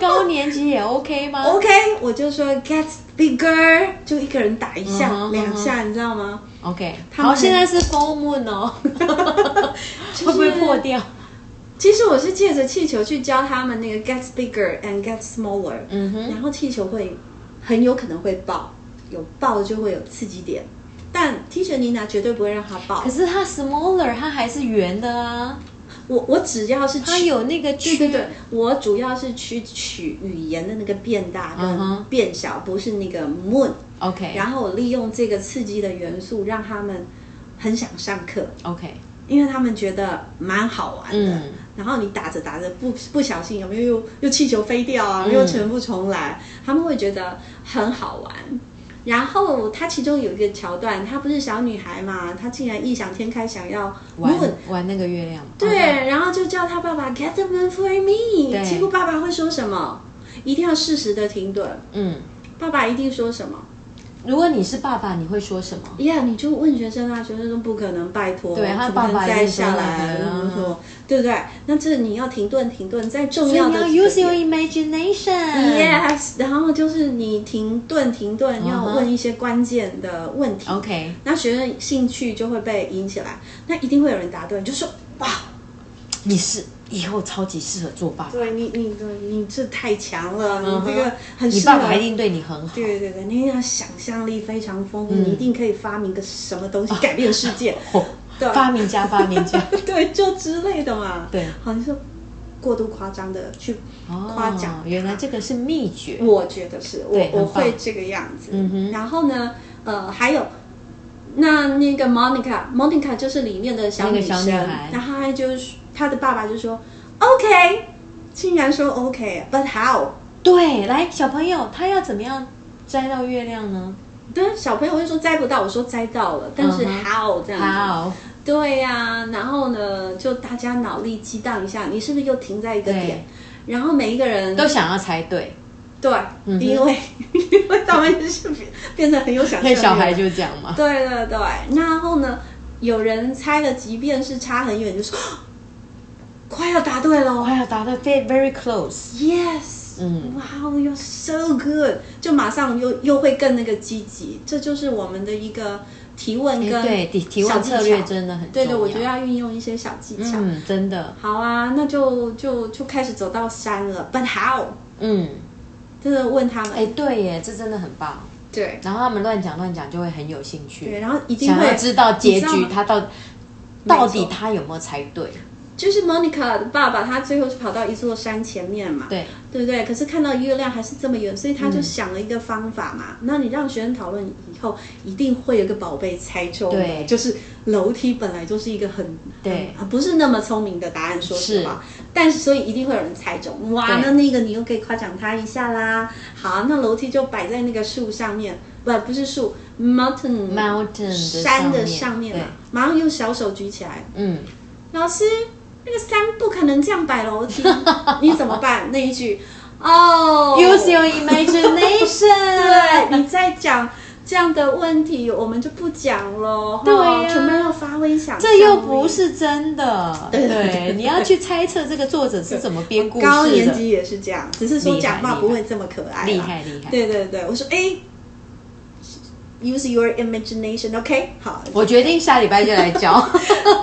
[SPEAKER 1] 高年级也 OK 吗？
[SPEAKER 3] OK，我就说 get bigger，就一个人打一下、
[SPEAKER 1] 嗯哼
[SPEAKER 3] 两下，你知道吗？
[SPEAKER 1] OK，
[SPEAKER 3] 他们
[SPEAKER 1] 好，
[SPEAKER 3] 很
[SPEAKER 1] 现在是 full moon 哦，
[SPEAKER 3] 就
[SPEAKER 1] 会
[SPEAKER 3] 是
[SPEAKER 1] 不会破掉？
[SPEAKER 3] 其实我是借着气球去教他们那个 get bigger and get smaller，
[SPEAKER 1] 嗯哼，
[SPEAKER 3] 然后气球会很有可能会爆，有爆就会有刺激点，但 Teacher Nina 绝对不会让它爆
[SPEAKER 1] 可。是它 smaller 它还是圆的啊，
[SPEAKER 3] 我我只要是
[SPEAKER 1] 它
[SPEAKER 3] 取，
[SPEAKER 1] 有那个
[SPEAKER 3] 对
[SPEAKER 1] 区，
[SPEAKER 3] 对对，我主要是去取语言的那个变大
[SPEAKER 1] 嗯哼
[SPEAKER 3] 跟变小，不是那个 moon。
[SPEAKER 1] ，OK
[SPEAKER 3] 然后我利用这个刺激的元素，让他们很想上课，
[SPEAKER 1] OK，
[SPEAKER 3] 因为他们觉得蛮好玩的。
[SPEAKER 1] 嗯
[SPEAKER 3] 然后你打着打着不不小心有没有又又气球飞掉
[SPEAKER 1] 嗯
[SPEAKER 3] 啊，又全部重来，他们会觉得很好玩。然后它其中有一个桥段，她不是小女孩嘛，她竟然异想天开想要
[SPEAKER 1] 玩
[SPEAKER 3] moon，
[SPEAKER 1] 玩那个月亮，
[SPEAKER 3] 对
[SPEAKER 1] OK
[SPEAKER 3] 然后就叫她爸爸 get the moon for me，
[SPEAKER 1] 对
[SPEAKER 3] 结果爸爸会说什么？一定要适时的停顿，
[SPEAKER 1] 嗯。
[SPEAKER 3] 爸爸一定说什么？
[SPEAKER 1] 如果你是爸爸，你会说什么？
[SPEAKER 3] 呀、你就问学生啊，学生说不可能，拜托，
[SPEAKER 1] 对
[SPEAKER 3] 怎
[SPEAKER 1] 他
[SPEAKER 3] 么
[SPEAKER 1] 爸爸
[SPEAKER 3] 能摘
[SPEAKER 1] 也是
[SPEAKER 3] 下
[SPEAKER 1] 说
[SPEAKER 3] 来，
[SPEAKER 1] 那个
[SPEAKER 3] 怎么
[SPEAKER 1] 嗯
[SPEAKER 3] 说，对不对？那这你要停顿，停顿，在重
[SPEAKER 1] 所以
[SPEAKER 3] 要
[SPEAKER 1] 你
[SPEAKER 3] 的
[SPEAKER 1] 要
[SPEAKER 3] 几个
[SPEAKER 1] use your
[SPEAKER 3] 点
[SPEAKER 1] imagination。
[SPEAKER 3] Yes，然后就是你停顿停顿，
[SPEAKER 1] 嗯
[SPEAKER 3] 要问一些关键的问题。
[SPEAKER 1] OK，
[SPEAKER 3] 那学生兴趣就会被引起来，那一定会有人答对，你就说哇，
[SPEAKER 1] 你是以后超级适合做爸爸，
[SPEAKER 3] 对你你对你这太强了，
[SPEAKER 1] 嗯哼
[SPEAKER 3] 你这个很
[SPEAKER 1] 你
[SPEAKER 3] 适合。
[SPEAKER 1] 爸爸一定对你很好。
[SPEAKER 3] 对对对，你要想象力非常丰富，你一定可以发明个什么东西改变世界。
[SPEAKER 1] 嗯哦
[SPEAKER 3] 对
[SPEAKER 1] 发明家，发明 家。
[SPEAKER 3] 对，就之类的嘛。
[SPEAKER 1] 对
[SPEAKER 3] 好像是过度夸张的去夸奖
[SPEAKER 1] 哦，
[SPEAKER 3] 嗯
[SPEAKER 1] 原来这个是秘诀。
[SPEAKER 3] 我觉得是我
[SPEAKER 1] 对
[SPEAKER 3] 我
[SPEAKER 1] 很棒
[SPEAKER 3] 会这个样子。
[SPEAKER 1] 嗯哼
[SPEAKER 3] 然后呢，呃，还有那那个 Monica，Monica 就是里面的小女
[SPEAKER 1] 那
[SPEAKER 3] 生，
[SPEAKER 1] 个小女孩
[SPEAKER 3] 然后她就是她的爸爸就说 OK，竟然说 OK，But、how？
[SPEAKER 1] 对，来，小朋友，他要怎么样摘到月亮呢？
[SPEAKER 3] 但小朋友会说摘不到，我说摘到了，但是
[SPEAKER 1] 嗯哼
[SPEAKER 3] how 这样子
[SPEAKER 1] 好，
[SPEAKER 3] 对呀、然后呢，就大家脑力激荡一下，你是不是又停在一个
[SPEAKER 1] 对
[SPEAKER 3] 点？然后每一个人
[SPEAKER 1] 都想要猜对。
[SPEAKER 3] 对，
[SPEAKER 1] 嗯哼
[SPEAKER 3] 因为因为他们就是变变得很有 想象
[SPEAKER 1] 那
[SPEAKER 3] 力，
[SPEAKER 1] 小孩就这样嘛。
[SPEAKER 3] 对对对，然后呢，有人猜了，即便是差很远，就说啊快要答对了
[SPEAKER 1] 哇，答的非 very close。
[SPEAKER 3] ，yes，
[SPEAKER 1] 嗯
[SPEAKER 3] ，wow you're so good，就马上又又会更那个积极，这就是我们的一个提问跟
[SPEAKER 1] 哎对提提
[SPEAKER 3] 小
[SPEAKER 1] 问
[SPEAKER 3] 技
[SPEAKER 1] 策略
[SPEAKER 3] 巧
[SPEAKER 1] 真的很
[SPEAKER 3] 对对，
[SPEAKER 1] 重
[SPEAKER 3] 我觉得
[SPEAKER 1] 要
[SPEAKER 3] 要运用一些小技巧。
[SPEAKER 1] 嗯，真的，
[SPEAKER 3] 好啊，那就就就开始走到山了。But how？
[SPEAKER 1] 嗯，
[SPEAKER 3] 真的问他们，
[SPEAKER 1] 哎，对耶，这真的很棒。
[SPEAKER 3] 对
[SPEAKER 1] 然后他们乱讲乱讲，就会很有兴
[SPEAKER 3] 对，
[SPEAKER 1] 趣，
[SPEAKER 3] 然后一定
[SPEAKER 1] 想
[SPEAKER 3] 会
[SPEAKER 1] 要知道结
[SPEAKER 3] 你知道
[SPEAKER 1] 局
[SPEAKER 3] 吗，
[SPEAKER 1] 他到到底
[SPEAKER 3] 错
[SPEAKER 1] 他有没有猜对？
[SPEAKER 3] 就是 Monica 的爸爸，他最后是跑到一座山前面嘛，
[SPEAKER 1] 对，嗯
[SPEAKER 3] 对不对？可是看到月亮还是这么远，所以他就想了一个方法嘛。那你让学生讨论以后，一定会有一个宝贝猜中的
[SPEAKER 1] 对
[SPEAKER 3] 就是楼梯本来就是一个很
[SPEAKER 1] 对
[SPEAKER 3] 很不是那么聪明的答案，说实话。但是所以一定会有人猜中，哇！
[SPEAKER 1] 对
[SPEAKER 3] 那那个你又可以夸奖他一下啦。好，那楼梯就摆在那个树上面，不不是树，mountain
[SPEAKER 1] Mountain 的
[SPEAKER 3] 山的
[SPEAKER 1] 上
[SPEAKER 3] 上
[SPEAKER 1] 面
[SPEAKER 3] 面嘛，马上用小手举起来，
[SPEAKER 1] 嗯，
[SPEAKER 3] 老师，那个山不可能这样摆楼梯， 你怎么办？那一句，哦
[SPEAKER 1] Use your imagination。
[SPEAKER 3] 对，你在讲这样的问题，我们就不讲喽。
[SPEAKER 1] 对
[SPEAKER 3] 哈
[SPEAKER 1] 呀
[SPEAKER 3] 全部要发挥想象力。
[SPEAKER 1] 这又不是真的，
[SPEAKER 3] 对对对
[SPEAKER 1] 你要去猜测这个作者是怎么编故事的，
[SPEAKER 3] 高年级也是这样，只是说讲话不会这么可爱啦。
[SPEAKER 1] 厉害厉害。
[SPEAKER 3] 对对对，我说哎，use your imagination，OK，、好。
[SPEAKER 1] 我决定下礼拜就来教。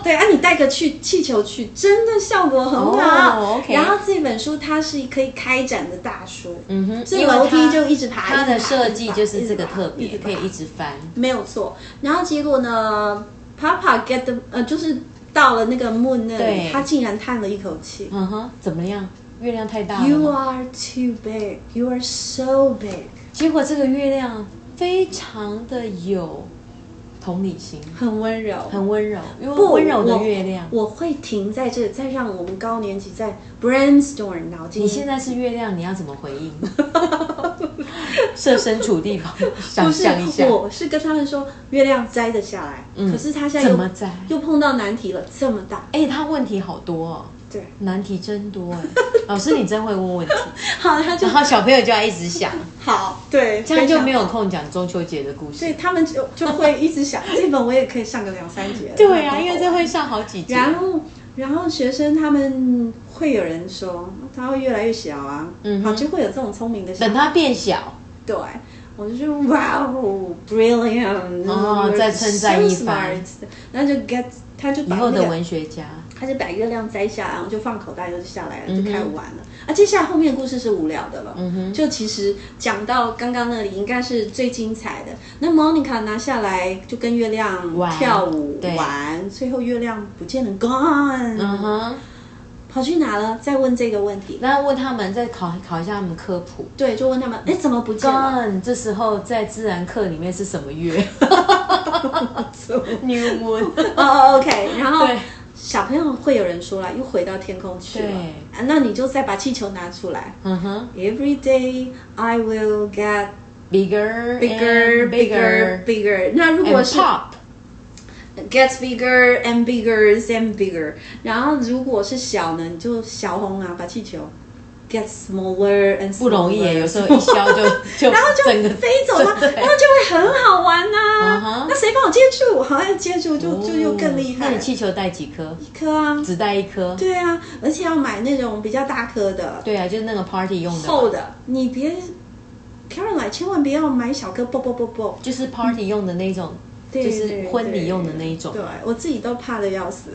[SPEAKER 3] 对啊，你带个去气球去，真的效果很好。
[SPEAKER 1] 哦，OK
[SPEAKER 3] 然后这本书它是可以开展的大书，
[SPEAKER 1] 嗯哼，
[SPEAKER 3] 所以
[SPEAKER 1] 因为
[SPEAKER 3] 楼
[SPEAKER 1] 它
[SPEAKER 3] 梯就一直爬。
[SPEAKER 1] 它的
[SPEAKER 3] 一直爬
[SPEAKER 1] 设计就是这个特
[SPEAKER 3] 一
[SPEAKER 1] 别，
[SPEAKER 3] 直爬
[SPEAKER 1] 可以一直翻。
[SPEAKER 3] 没有错。然后结果呢，Papa get the 呃，就是到了那个 moon 那里
[SPEAKER 1] 对，
[SPEAKER 3] 他竟然叹了一口气。
[SPEAKER 1] 嗯哼，怎么样？月亮太大了
[SPEAKER 3] You
[SPEAKER 1] 吗
[SPEAKER 3] are too big. You are so big.
[SPEAKER 1] 结果这个月亮非常的有同理心，
[SPEAKER 3] 很温柔，
[SPEAKER 1] 很温柔，因为
[SPEAKER 3] 不
[SPEAKER 1] 温柔的月亮。
[SPEAKER 3] 我。我会停在这，再让我们高年级在 brainstorm 脑筋。
[SPEAKER 1] 你现在是月亮，你要怎么回应？ 设身处地吧，想
[SPEAKER 3] 不是
[SPEAKER 1] 象一下，
[SPEAKER 3] 我是跟他们说月亮摘得下来，
[SPEAKER 1] 嗯
[SPEAKER 3] 可是他现在
[SPEAKER 1] 怎
[SPEAKER 3] 又
[SPEAKER 1] 么摘？
[SPEAKER 3] 又碰到难题了，这么大。
[SPEAKER 1] 哎，他问题好多哦，
[SPEAKER 3] 对，
[SPEAKER 1] 难题真多哎。 老师，你真会问 问题，
[SPEAKER 3] 好，他就
[SPEAKER 1] 然后小朋友就要一直 想，
[SPEAKER 3] 好， 对，
[SPEAKER 1] 这样就
[SPEAKER 3] 非常
[SPEAKER 1] 没有空讲中秋节的故
[SPEAKER 3] 所 以
[SPEAKER 1] 事。
[SPEAKER 3] 他们就就会一直想，这本我也可以上个两三节。
[SPEAKER 1] 对啊，因为这会上好几节。
[SPEAKER 3] 然后然后学生他们会有人说，他会越来越小啊，
[SPEAKER 1] 嗯哼
[SPEAKER 3] 好就会有这种聪明的小
[SPEAKER 1] 等
[SPEAKER 3] 孩。
[SPEAKER 1] 它变小，
[SPEAKER 3] 对，我就说哇哦，brilliant，
[SPEAKER 1] 哦
[SPEAKER 3] you're
[SPEAKER 1] 再称赞一
[SPEAKER 3] so
[SPEAKER 1] 番
[SPEAKER 3] smart，然后就 get，他就
[SPEAKER 1] 以
[SPEAKER 3] 把
[SPEAKER 1] 后
[SPEAKER 3] 那
[SPEAKER 1] 的
[SPEAKER 3] 个
[SPEAKER 1] 文学家，
[SPEAKER 3] 他就把月亮摘下来，然后就放口袋就下来了，
[SPEAKER 1] 嗯哼
[SPEAKER 3] 就开始玩了。啊，接下来后面故事是无聊的了。
[SPEAKER 1] 嗯哼
[SPEAKER 3] 就其实讲到刚刚那里，应该是最精彩的。那 Monica 拿下来就跟月亮
[SPEAKER 1] 玩
[SPEAKER 3] 跳舞
[SPEAKER 1] 对
[SPEAKER 3] 玩，最后月亮不见了，gone，、
[SPEAKER 1] 嗯哼，
[SPEAKER 3] 跑去哪了？再问这个问题。
[SPEAKER 1] 那问他们再考考一下他们科普。
[SPEAKER 3] 对，就问他们，
[SPEAKER 1] 嗯
[SPEAKER 3] 哎，怎么不见了？
[SPEAKER 1] Gone，这时候在自然课里面是什么 月 ？New Moon。
[SPEAKER 3] 哦哦，OK，然后
[SPEAKER 1] 对。
[SPEAKER 3] 小朋友会有人说了，又回到天空去了
[SPEAKER 1] 对。
[SPEAKER 3] 啊，那你就再把气球拿出来。
[SPEAKER 1] 嗯哼
[SPEAKER 3] Every day I will get
[SPEAKER 1] ，Bigger,
[SPEAKER 3] bigger,
[SPEAKER 1] and
[SPEAKER 3] bigger, bigger。那如
[SPEAKER 1] and
[SPEAKER 3] 果是
[SPEAKER 1] pop，
[SPEAKER 3] gets bigger and bigger and bigger，然后如果是小呢，你就小红啊，把气球 get smaller and smaller,
[SPEAKER 1] 不容易耶，有时候一消就 就
[SPEAKER 3] 然后
[SPEAKER 1] 整个
[SPEAKER 3] 就飞走了，
[SPEAKER 1] 对
[SPEAKER 3] 然后就会很好玩呐、
[SPEAKER 1] 嗯哼
[SPEAKER 3] 那谁帮我接住？好像接住就就又更厉
[SPEAKER 1] 哦那
[SPEAKER 3] 害
[SPEAKER 1] 你。气球带几颗？
[SPEAKER 3] 一颗啊，
[SPEAKER 1] 只带一颗。
[SPEAKER 3] 对啊，而且要买那种比较大颗的、
[SPEAKER 1] 对啊，就是那个 party 用的嘛，
[SPEAKER 3] 厚的，你别 Caroline 千万不要买小颗，不不不不。
[SPEAKER 1] 就是 party 用的那种，
[SPEAKER 3] 对
[SPEAKER 1] 就是婚礼用的那一种
[SPEAKER 3] 对。我自己都怕的要死，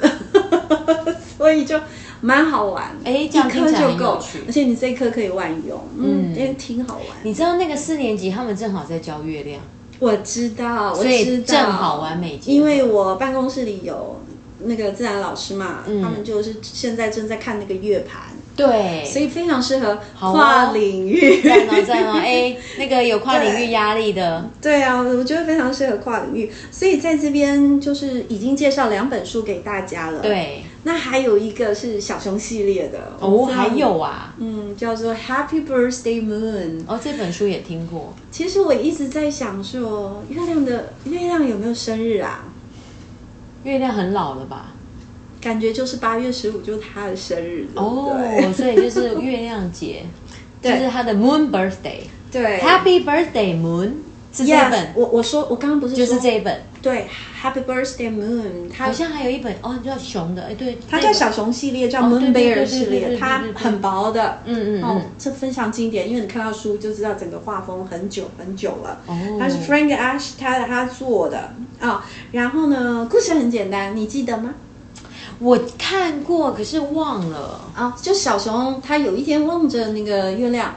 [SPEAKER 3] 所以就蛮好玩。
[SPEAKER 1] 哎这
[SPEAKER 3] 一
[SPEAKER 1] 样听
[SPEAKER 3] 颗
[SPEAKER 1] 起来
[SPEAKER 3] 就
[SPEAKER 1] 很有
[SPEAKER 3] 够
[SPEAKER 1] 趣，
[SPEAKER 3] 而且你这一颗可以万用，嗯，
[SPEAKER 1] 嗯
[SPEAKER 3] 也挺好玩。
[SPEAKER 1] 你知道那个四年级他们正好在教月亮，
[SPEAKER 3] 我知道，我
[SPEAKER 1] 所以
[SPEAKER 3] 知道，
[SPEAKER 1] 正好完美结合
[SPEAKER 3] 因为我办公室里有那个自然老师嘛，
[SPEAKER 1] 嗯
[SPEAKER 3] 他们就是现在正在看那个月盘，
[SPEAKER 1] 对，
[SPEAKER 3] 所以非常适合
[SPEAKER 1] 好哦
[SPEAKER 3] 跨领域。
[SPEAKER 1] 赞哦赞哦， 哎，那个有跨领域压力的，
[SPEAKER 3] 对啊，我觉得非常适合跨领域，所以在这边就是已经介绍两本书给大家了。。
[SPEAKER 1] 对，
[SPEAKER 3] 那还有一个是小熊系列的
[SPEAKER 1] 哦，还，有啊，
[SPEAKER 3] 嗯，叫做《Happy Birthday Moon》。
[SPEAKER 1] 哦，这本书也听过，
[SPEAKER 3] 其实我一直在想说，月亮的月亮有没有生日啊？
[SPEAKER 1] 月亮很老了吧？
[SPEAKER 3] 感觉就是八月十五就是他的生日，对不对
[SPEAKER 1] 哦，所以就是月亮节，就
[SPEAKER 3] 对
[SPEAKER 1] 是他的 Moon Birthday，Happy
[SPEAKER 3] 对
[SPEAKER 1] Birthday Moon 是这
[SPEAKER 3] Yes，
[SPEAKER 1] 本，
[SPEAKER 3] 我我说我刚刚不是
[SPEAKER 1] 就是
[SPEAKER 3] 说
[SPEAKER 1] 这一本，
[SPEAKER 3] 对，Happy Birthday Moon，它
[SPEAKER 1] 好像还有一本哦叫熊的，哎对，
[SPEAKER 3] 它
[SPEAKER 1] 那
[SPEAKER 3] 叫
[SPEAKER 1] 个
[SPEAKER 3] 小熊系列，叫
[SPEAKER 1] 哦对
[SPEAKER 3] Moon
[SPEAKER 1] 对
[SPEAKER 3] Bear
[SPEAKER 1] 对
[SPEAKER 3] 系
[SPEAKER 1] 对对对
[SPEAKER 3] 列，
[SPEAKER 1] 对
[SPEAKER 3] 它
[SPEAKER 1] 对对
[SPEAKER 3] 很薄的，
[SPEAKER 1] 嗯嗯
[SPEAKER 3] 哦
[SPEAKER 1] 嗯，
[SPEAKER 3] 这非常经典，因为你看到书就知道整个画风很久很久了。
[SPEAKER 1] 哦，
[SPEAKER 3] 它是 Frank Ash 他他做的啊、然后呢，故事很简单，你记得吗？
[SPEAKER 1] 我看过，可是忘了。
[SPEAKER 3] 啊、就小熊他有一天望着那个月亮，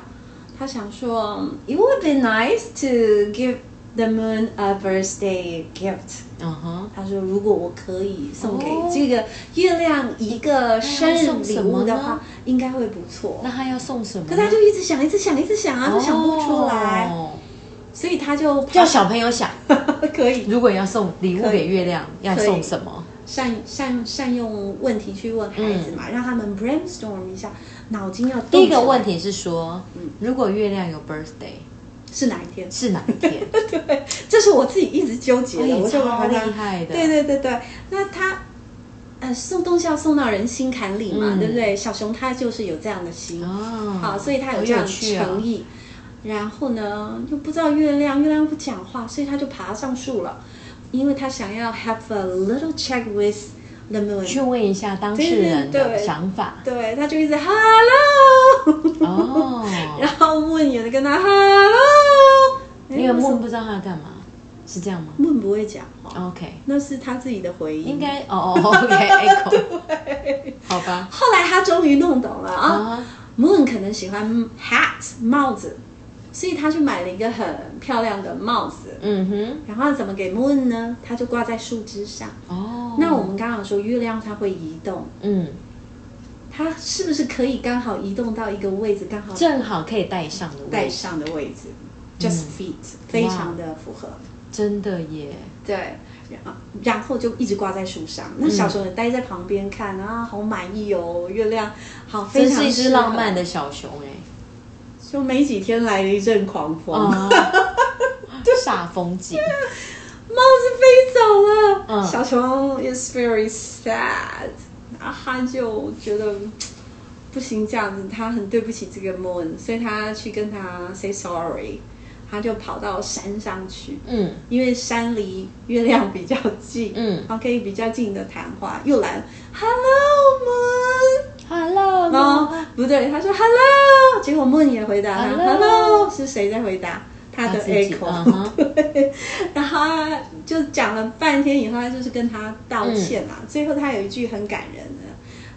[SPEAKER 3] 他想说，It would be nice to give the moon a birthday gift。
[SPEAKER 1] 嗯哼，
[SPEAKER 3] 他说：“如果我可以送给
[SPEAKER 1] 哦
[SPEAKER 3] 这个月亮一个生日
[SPEAKER 1] 那要送
[SPEAKER 3] 礼
[SPEAKER 1] 什
[SPEAKER 3] 物
[SPEAKER 1] 么
[SPEAKER 3] 的
[SPEAKER 1] 呢
[SPEAKER 3] 话，应该会不错。
[SPEAKER 1] 那他要送什么呢？
[SPEAKER 3] 可他就一直想，一直想，一直想啊，
[SPEAKER 1] 哦
[SPEAKER 3] 他想不出来，所以他就
[SPEAKER 1] 叫小朋友想，
[SPEAKER 3] 可以
[SPEAKER 1] 如果要送礼物
[SPEAKER 3] 可以
[SPEAKER 1] 给月亮，要
[SPEAKER 3] 可以
[SPEAKER 1] 送什么？
[SPEAKER 3] 善善善用问题去问孩子嘛，让他们 brainstorm 一下，脑筋要动
[SPEAKER 1] 嗯第一个
[SPEAKER 3] 起来
[SPEAKER 1] 问题是说
[SPEAKER 3] 嗯，
[SPEAKER 1] 如果月亮有 birthday
[SPEAKER 3] 是哪一天？
[SPEAKER 1] 是哪一天？
[SPEAKER 3] 对，这是我自己一直纠结的，
[SPEAKER 1] 哎
[SPEAKER 3] 我就
[SPEAKER 1] 超
[SPEAKER 3] 把它
[SPEAKER 1] 厉害的
[SPEAKER 3] 对对对对，那他。呃，送东西要送到人心坎里嘛，
[SPEAKER 1] 嗯
[SPEAKER 3] 对不对？小熊它就是有这样的心，
[SPEAKER 1] 哦，
[SPEAKER 3] 好，所以他有
[SPEAKER 1] 好
[SPEAKER 3] 这样的
[SPEAKER 1] 趣啊
[SPEAKER 3] 诚意。然后呢，又不知道月亮，月亮不讲话，所以他就爬上树了，因为他想要 have a little check with the
[SPEAKER 1] 去
[SPEAKER 3] moon。
[SPEAKER 1] 问一下当事人
[SPEAKER 3] 对对
[SPEAKER 1] 的
[SPEAKER 3] 对
[SPEAKER 1] 想法
[SPEAKER 3] 对，他就一直 hello，、
[SPEAKER 1] 哦。
[SPEAKER 3] 然后问也跟他 hello，哎
[SPEAKER 1] 因为
[SPEAKER 3] 梦
[SPEAKER 1] 梦不知道他要干嘛，是这样吗
[SPEAKER 3] 梦不会讲话，
[SPEAKER 1] ？OK，
[SPEAKER 3] 那是他自己的回应。
[SPEAKER 1] 哦应该哦哦 OK，echo，好吧。
[SPEAKER 3] 后来他终于弄懂了啊。
[SPEAKER 1] 啊，
[SPEAKER 3] Moon 可能喜欢 hat 帽子，所以他去买了一个很漂亮的帽子。
[SPEAKER 1] 嗯哼，
[SPEAKER 3] 然后怎么给 moon 呢？它就挂在树枝上。
[SPEAKER 1] 哦，
[SPEAKER 3] 那我们刚刚说月亮它会移动，
[SPEAKER 1] 嗯，
[SPEAKER 3] 它是不是可以刚好移动到一个位置，刚好
[SPEAKER 1] 正好可以带上的
[SPEAKER 3] 带
[SPEAKER 1] 位置，
[SPEAKER 3] 上的位置？Just
[SPEAKER 1] 嗯
[SPEAKER 3] fit，、非常的符合。
[SPEAKER 1] 真的耶，
[SPEAKER 3] 对，然后然后就一直挂在树上。
[SPEAKER 1] 嗯
[SPEAKER 3] 那小熊也待在旁边看啊，好满意哦，月亮好，非
[SPEAKER 1] 真
[SPEAKER 3] 常
[SPEAKER 1] 是一只浪漫
[SPEAKER 3] 的。
[SPEAKER 1] 的小熊哎，
[SPEAKER 3] 就没几天来了一阵狂风，帽
[SPEAKER 1] 啊， 煞风景，
[SPEAKER 3] 子飞走了。
[SPEAKER 1] 嗯
[SPEAKER 3] 小熊 is very sad，然后他就觉得嘖不行，这样子他很对不起这个 moon，所以他去跟他 say sorry，他就跑到山上去，
[SPEAKER 1] 嗯
[SPEAKER 3] 因为山离月亮比较近，
[SPEAKER 1] 嗯
[SPEAKER 3] 然后可以比较近的谈话。又来了，Hello moon，
[SPEAKER 1] ，Hello，
[SPEAKER 3] 哦
[SPEAKER 1] 妈，
[SPEAKER 3] 不对，他说 Hello，结果 moon 也回答他
[SPEAKER 1] Hello
[SPEAKER 3] Hello，是谁在回答？他的
[SPEAKER 1] 他自己
[SPEAKER 3] echo，、
[SPEAKER 1] 嗯哼
[SPEAKER 3] 对， 然后他就讲了半天以后，他就是跟他道歉啦。
[SPEAKER 1] 嗯
[SPEAKER 3] 最后他有一句很感人的，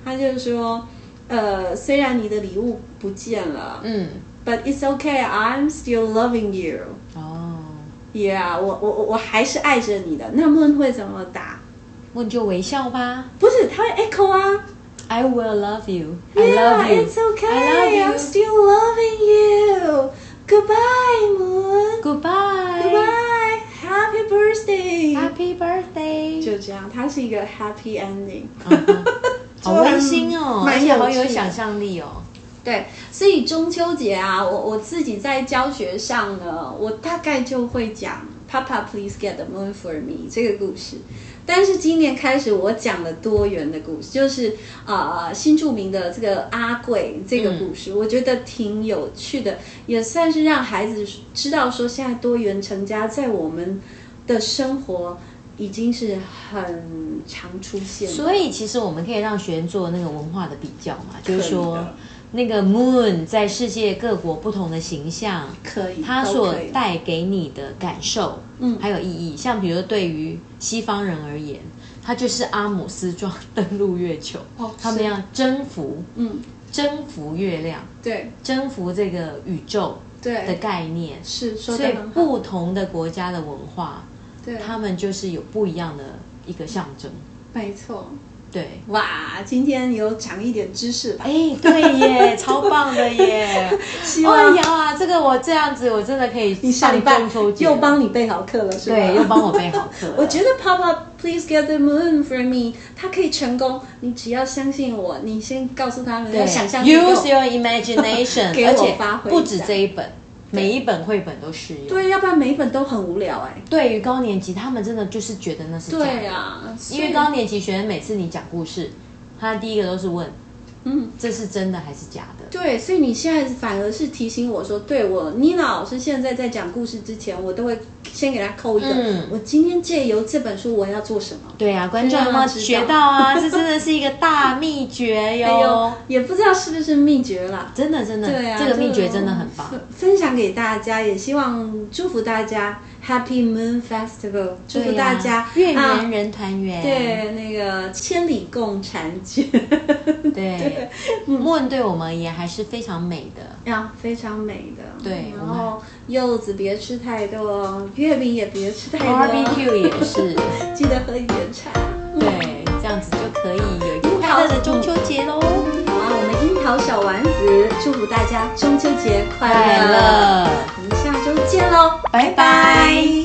[SPEAKER 3] 他就是说，呃，虽然你的礼物不见了、
[SPEAKER 1] 嗯，
[SPEAKER 3] b u t it's okay, I'm still loving you.
[SPEAKER 1] 哦，
[SPEAKER 3] Yeah，我我我我还是爱着你的。那梦会怎么答？
[SPEAKER 1] 问就微笑吧
[SPEAKER 3] 不是，他会 echo 啊。
[SPEAKER 1] ，I will love you，I
[SPEAKER 3] Yeah,
[SPEAKER 1] love
[SPEAKER 3] it's okay,
[SPEAKER 1] you
[SPEAKER 3] I'm still loving you. Goodbye, moon.
[SPEAKER 1] you，Goodbye，Happy
[SPEAKER 3] Goodbye, happy birthday.
[SPEAKER 1] birthday，
[SPEAKER 3] 就这样，它是一个 happy ending。
[SPEAKER 1] 嗯 哼好温馨哦，而
[SPEAKER 3] 蛮
[SPEAKER 1] 且
[SPEAKER 3] 有
[SPEAKER 1] 好有
[SPEAKER 3] 趣的
[SPEAKER 1] 想象力哦。
[SPEAKER 3] 对，所以中秋节啊，我我自己在教学上呢，我大概就会讲 Papa please get the moon for me 这个故事。但是今年开始，我讲了多元的故事，就是呃新著名的这个阿贵这个故事，我觉得挺有趣的，也算是让孩子知道说，现在多元成家在我们的生活已经是很常出现的。
[SPEAKER 1] 所以其实我们可以让学员做那个文化的比较嘛，就是
[SPEAKER 3] 可以
[SPEAKER 1] 说
[SPEAKER 3] 的
[SPEAKER 1] 那个 moon 在世界各国不同的形象，
[SPEAKER 3] 可以，
[SPEAKER 1] 它
[SPEAKER 3] 都
[SPEAKER 1] 所
[SPEAKER 3] 可以
[SPEAKER 1] 带给你的感受，
[SPEAKER 3] 嗯
[SPEAKER 1] 还有意义。像比如对于西方人而言，它就是阿姆斯壮登陆月球，
[SPEAKER 3] 哦
[SPEAKER 1] 他们
[SPEAKER 3] 是
[SPEAKER 1] 要征服
[SPEAKER 3] 嗯，
[SPEAKER 1] 征服月亮，
[SPEAKER 3] 对
[SPEAKER 1] 征服这个宇宙的
[SPEAKER 3] 对
[SPEAKER 1] 概念。
[SPEAKER 3] 是说
[SPEAKER 1] 所
[SPEAKER 3] 的
[SPEAKER 1] 以
[SPEAKER 3] 很好。
[SPEAKER 1] 不同的国家的文化，
[SPEAKER 3] 对，
[SPEAKER 1] 他们就是有不一样的一个象征。
[SPEAKER 3] 没错。
[SPEAKER 1] 对，
[SPEAKER 3] 哇，今天有长一点知识吧？
[SPEAKER 1] 哎，对耶， 超棒的耶！
[SPEAKER 3] 希
[SPEAKER 1] 哎
[SPEAKER 3] 望
[SPEAKER 1] 呀，这个我这样子，我真的可以
[SPEAKER 3] 你上礼
[SPEAKER 1] 上
[SPEAKER 3] 拜
[SPEAKER 1] 中秋节
[SPEAKER 3] 又帮你备好课了，是吧？
[SPEAKER 1] 对，又帮我备好课了。
[SPEAKER 3] 我觉得 Papa Please Get the Moon for Me，它可以成功，你只要相信我，你先告诉他们，
[SPEAKER 1] 对
[SPEAKER 3] 要想象力够
[SPEAKER 1] use your imagination，
[SPEAKER 3] 给我
[SPEAKER 1] 而且
[SPEAKER 3] 发挥一
[SPEAKER 1] 不
[SPEAKER 3] 下
[SPEAKER 1] 止这一本，每一本绘本都适用。，
[SPEAKER 3] 对，要不然每一本都很无聊哎、
[SPEAKER 1] 对于高年级，他们真的就是觉得那是这样
[SPEAKER 3] 对啊，
[SPEAKER 1] 因为高年级学生每次你讲故事，他第一个都是问嗯，这是真的还是假的？
[SPEAKER 3] 对，所以你现在反而是提醒我说，对我妮娜老师现在在讲故事之前，我都会先给他扣一个，
[SPEAKER 1] 嗯
[SPEAKER 3] 我今天借由这本书我要做什么。
[SPEAKER 1] 对啊，观众有没有学到啊？这真的是一个大秘诀哟！
[SPEAKER 3] 哎呦，也不知道是不是秘诀啦。
[SPEAKER 1] 真的真的，
[SPEAKER 3] 对啊，
[SPEAKER 1] 这个秘诀真的很棒。
[SPEAKER 3] 分分享给大家，也希望祝福大家 Happy Moon Festival，祝福
[SPEAKER 1] 对呀
[SPEAKER 3] 大家
[SPEAKER 1] 月
[SPEAKER 3] 啊
[SPEAKER 1] 圆人团圆。
[SPEAKER 3] 对那个千里共婵娟，
[SPEAKER 1] 对，梦对我们也还是非常美的。
[SPEAKER 3] 呀，非常美的。
[SPEAKER 1] 对
[SPEAKER 3] 然
[SPEAKER 1] 我们
[SPEAKER 3] 后柚子别吃太多，月饼也别吃太
[SPEAKER 1] 哦
[SPEAKER 3] 多，
[SPEAKER 1] Barbecue 也 是，
[SPEAKER 3] 记得喝一点茶。
[SPEAKER 1] 对，这样子就可以有一个快乐的中秋节喽！
[SPEAKER 3] 好啊，我们樱桃小丸子祝福大家中秋节快
[SPEAKER 1] 快
[SPEAKER 3] 乐，
[SPEAKER 1] 乐，
[SPEAKER 3] 我们下周见喽，
[SPEAKER 1] 拜拜。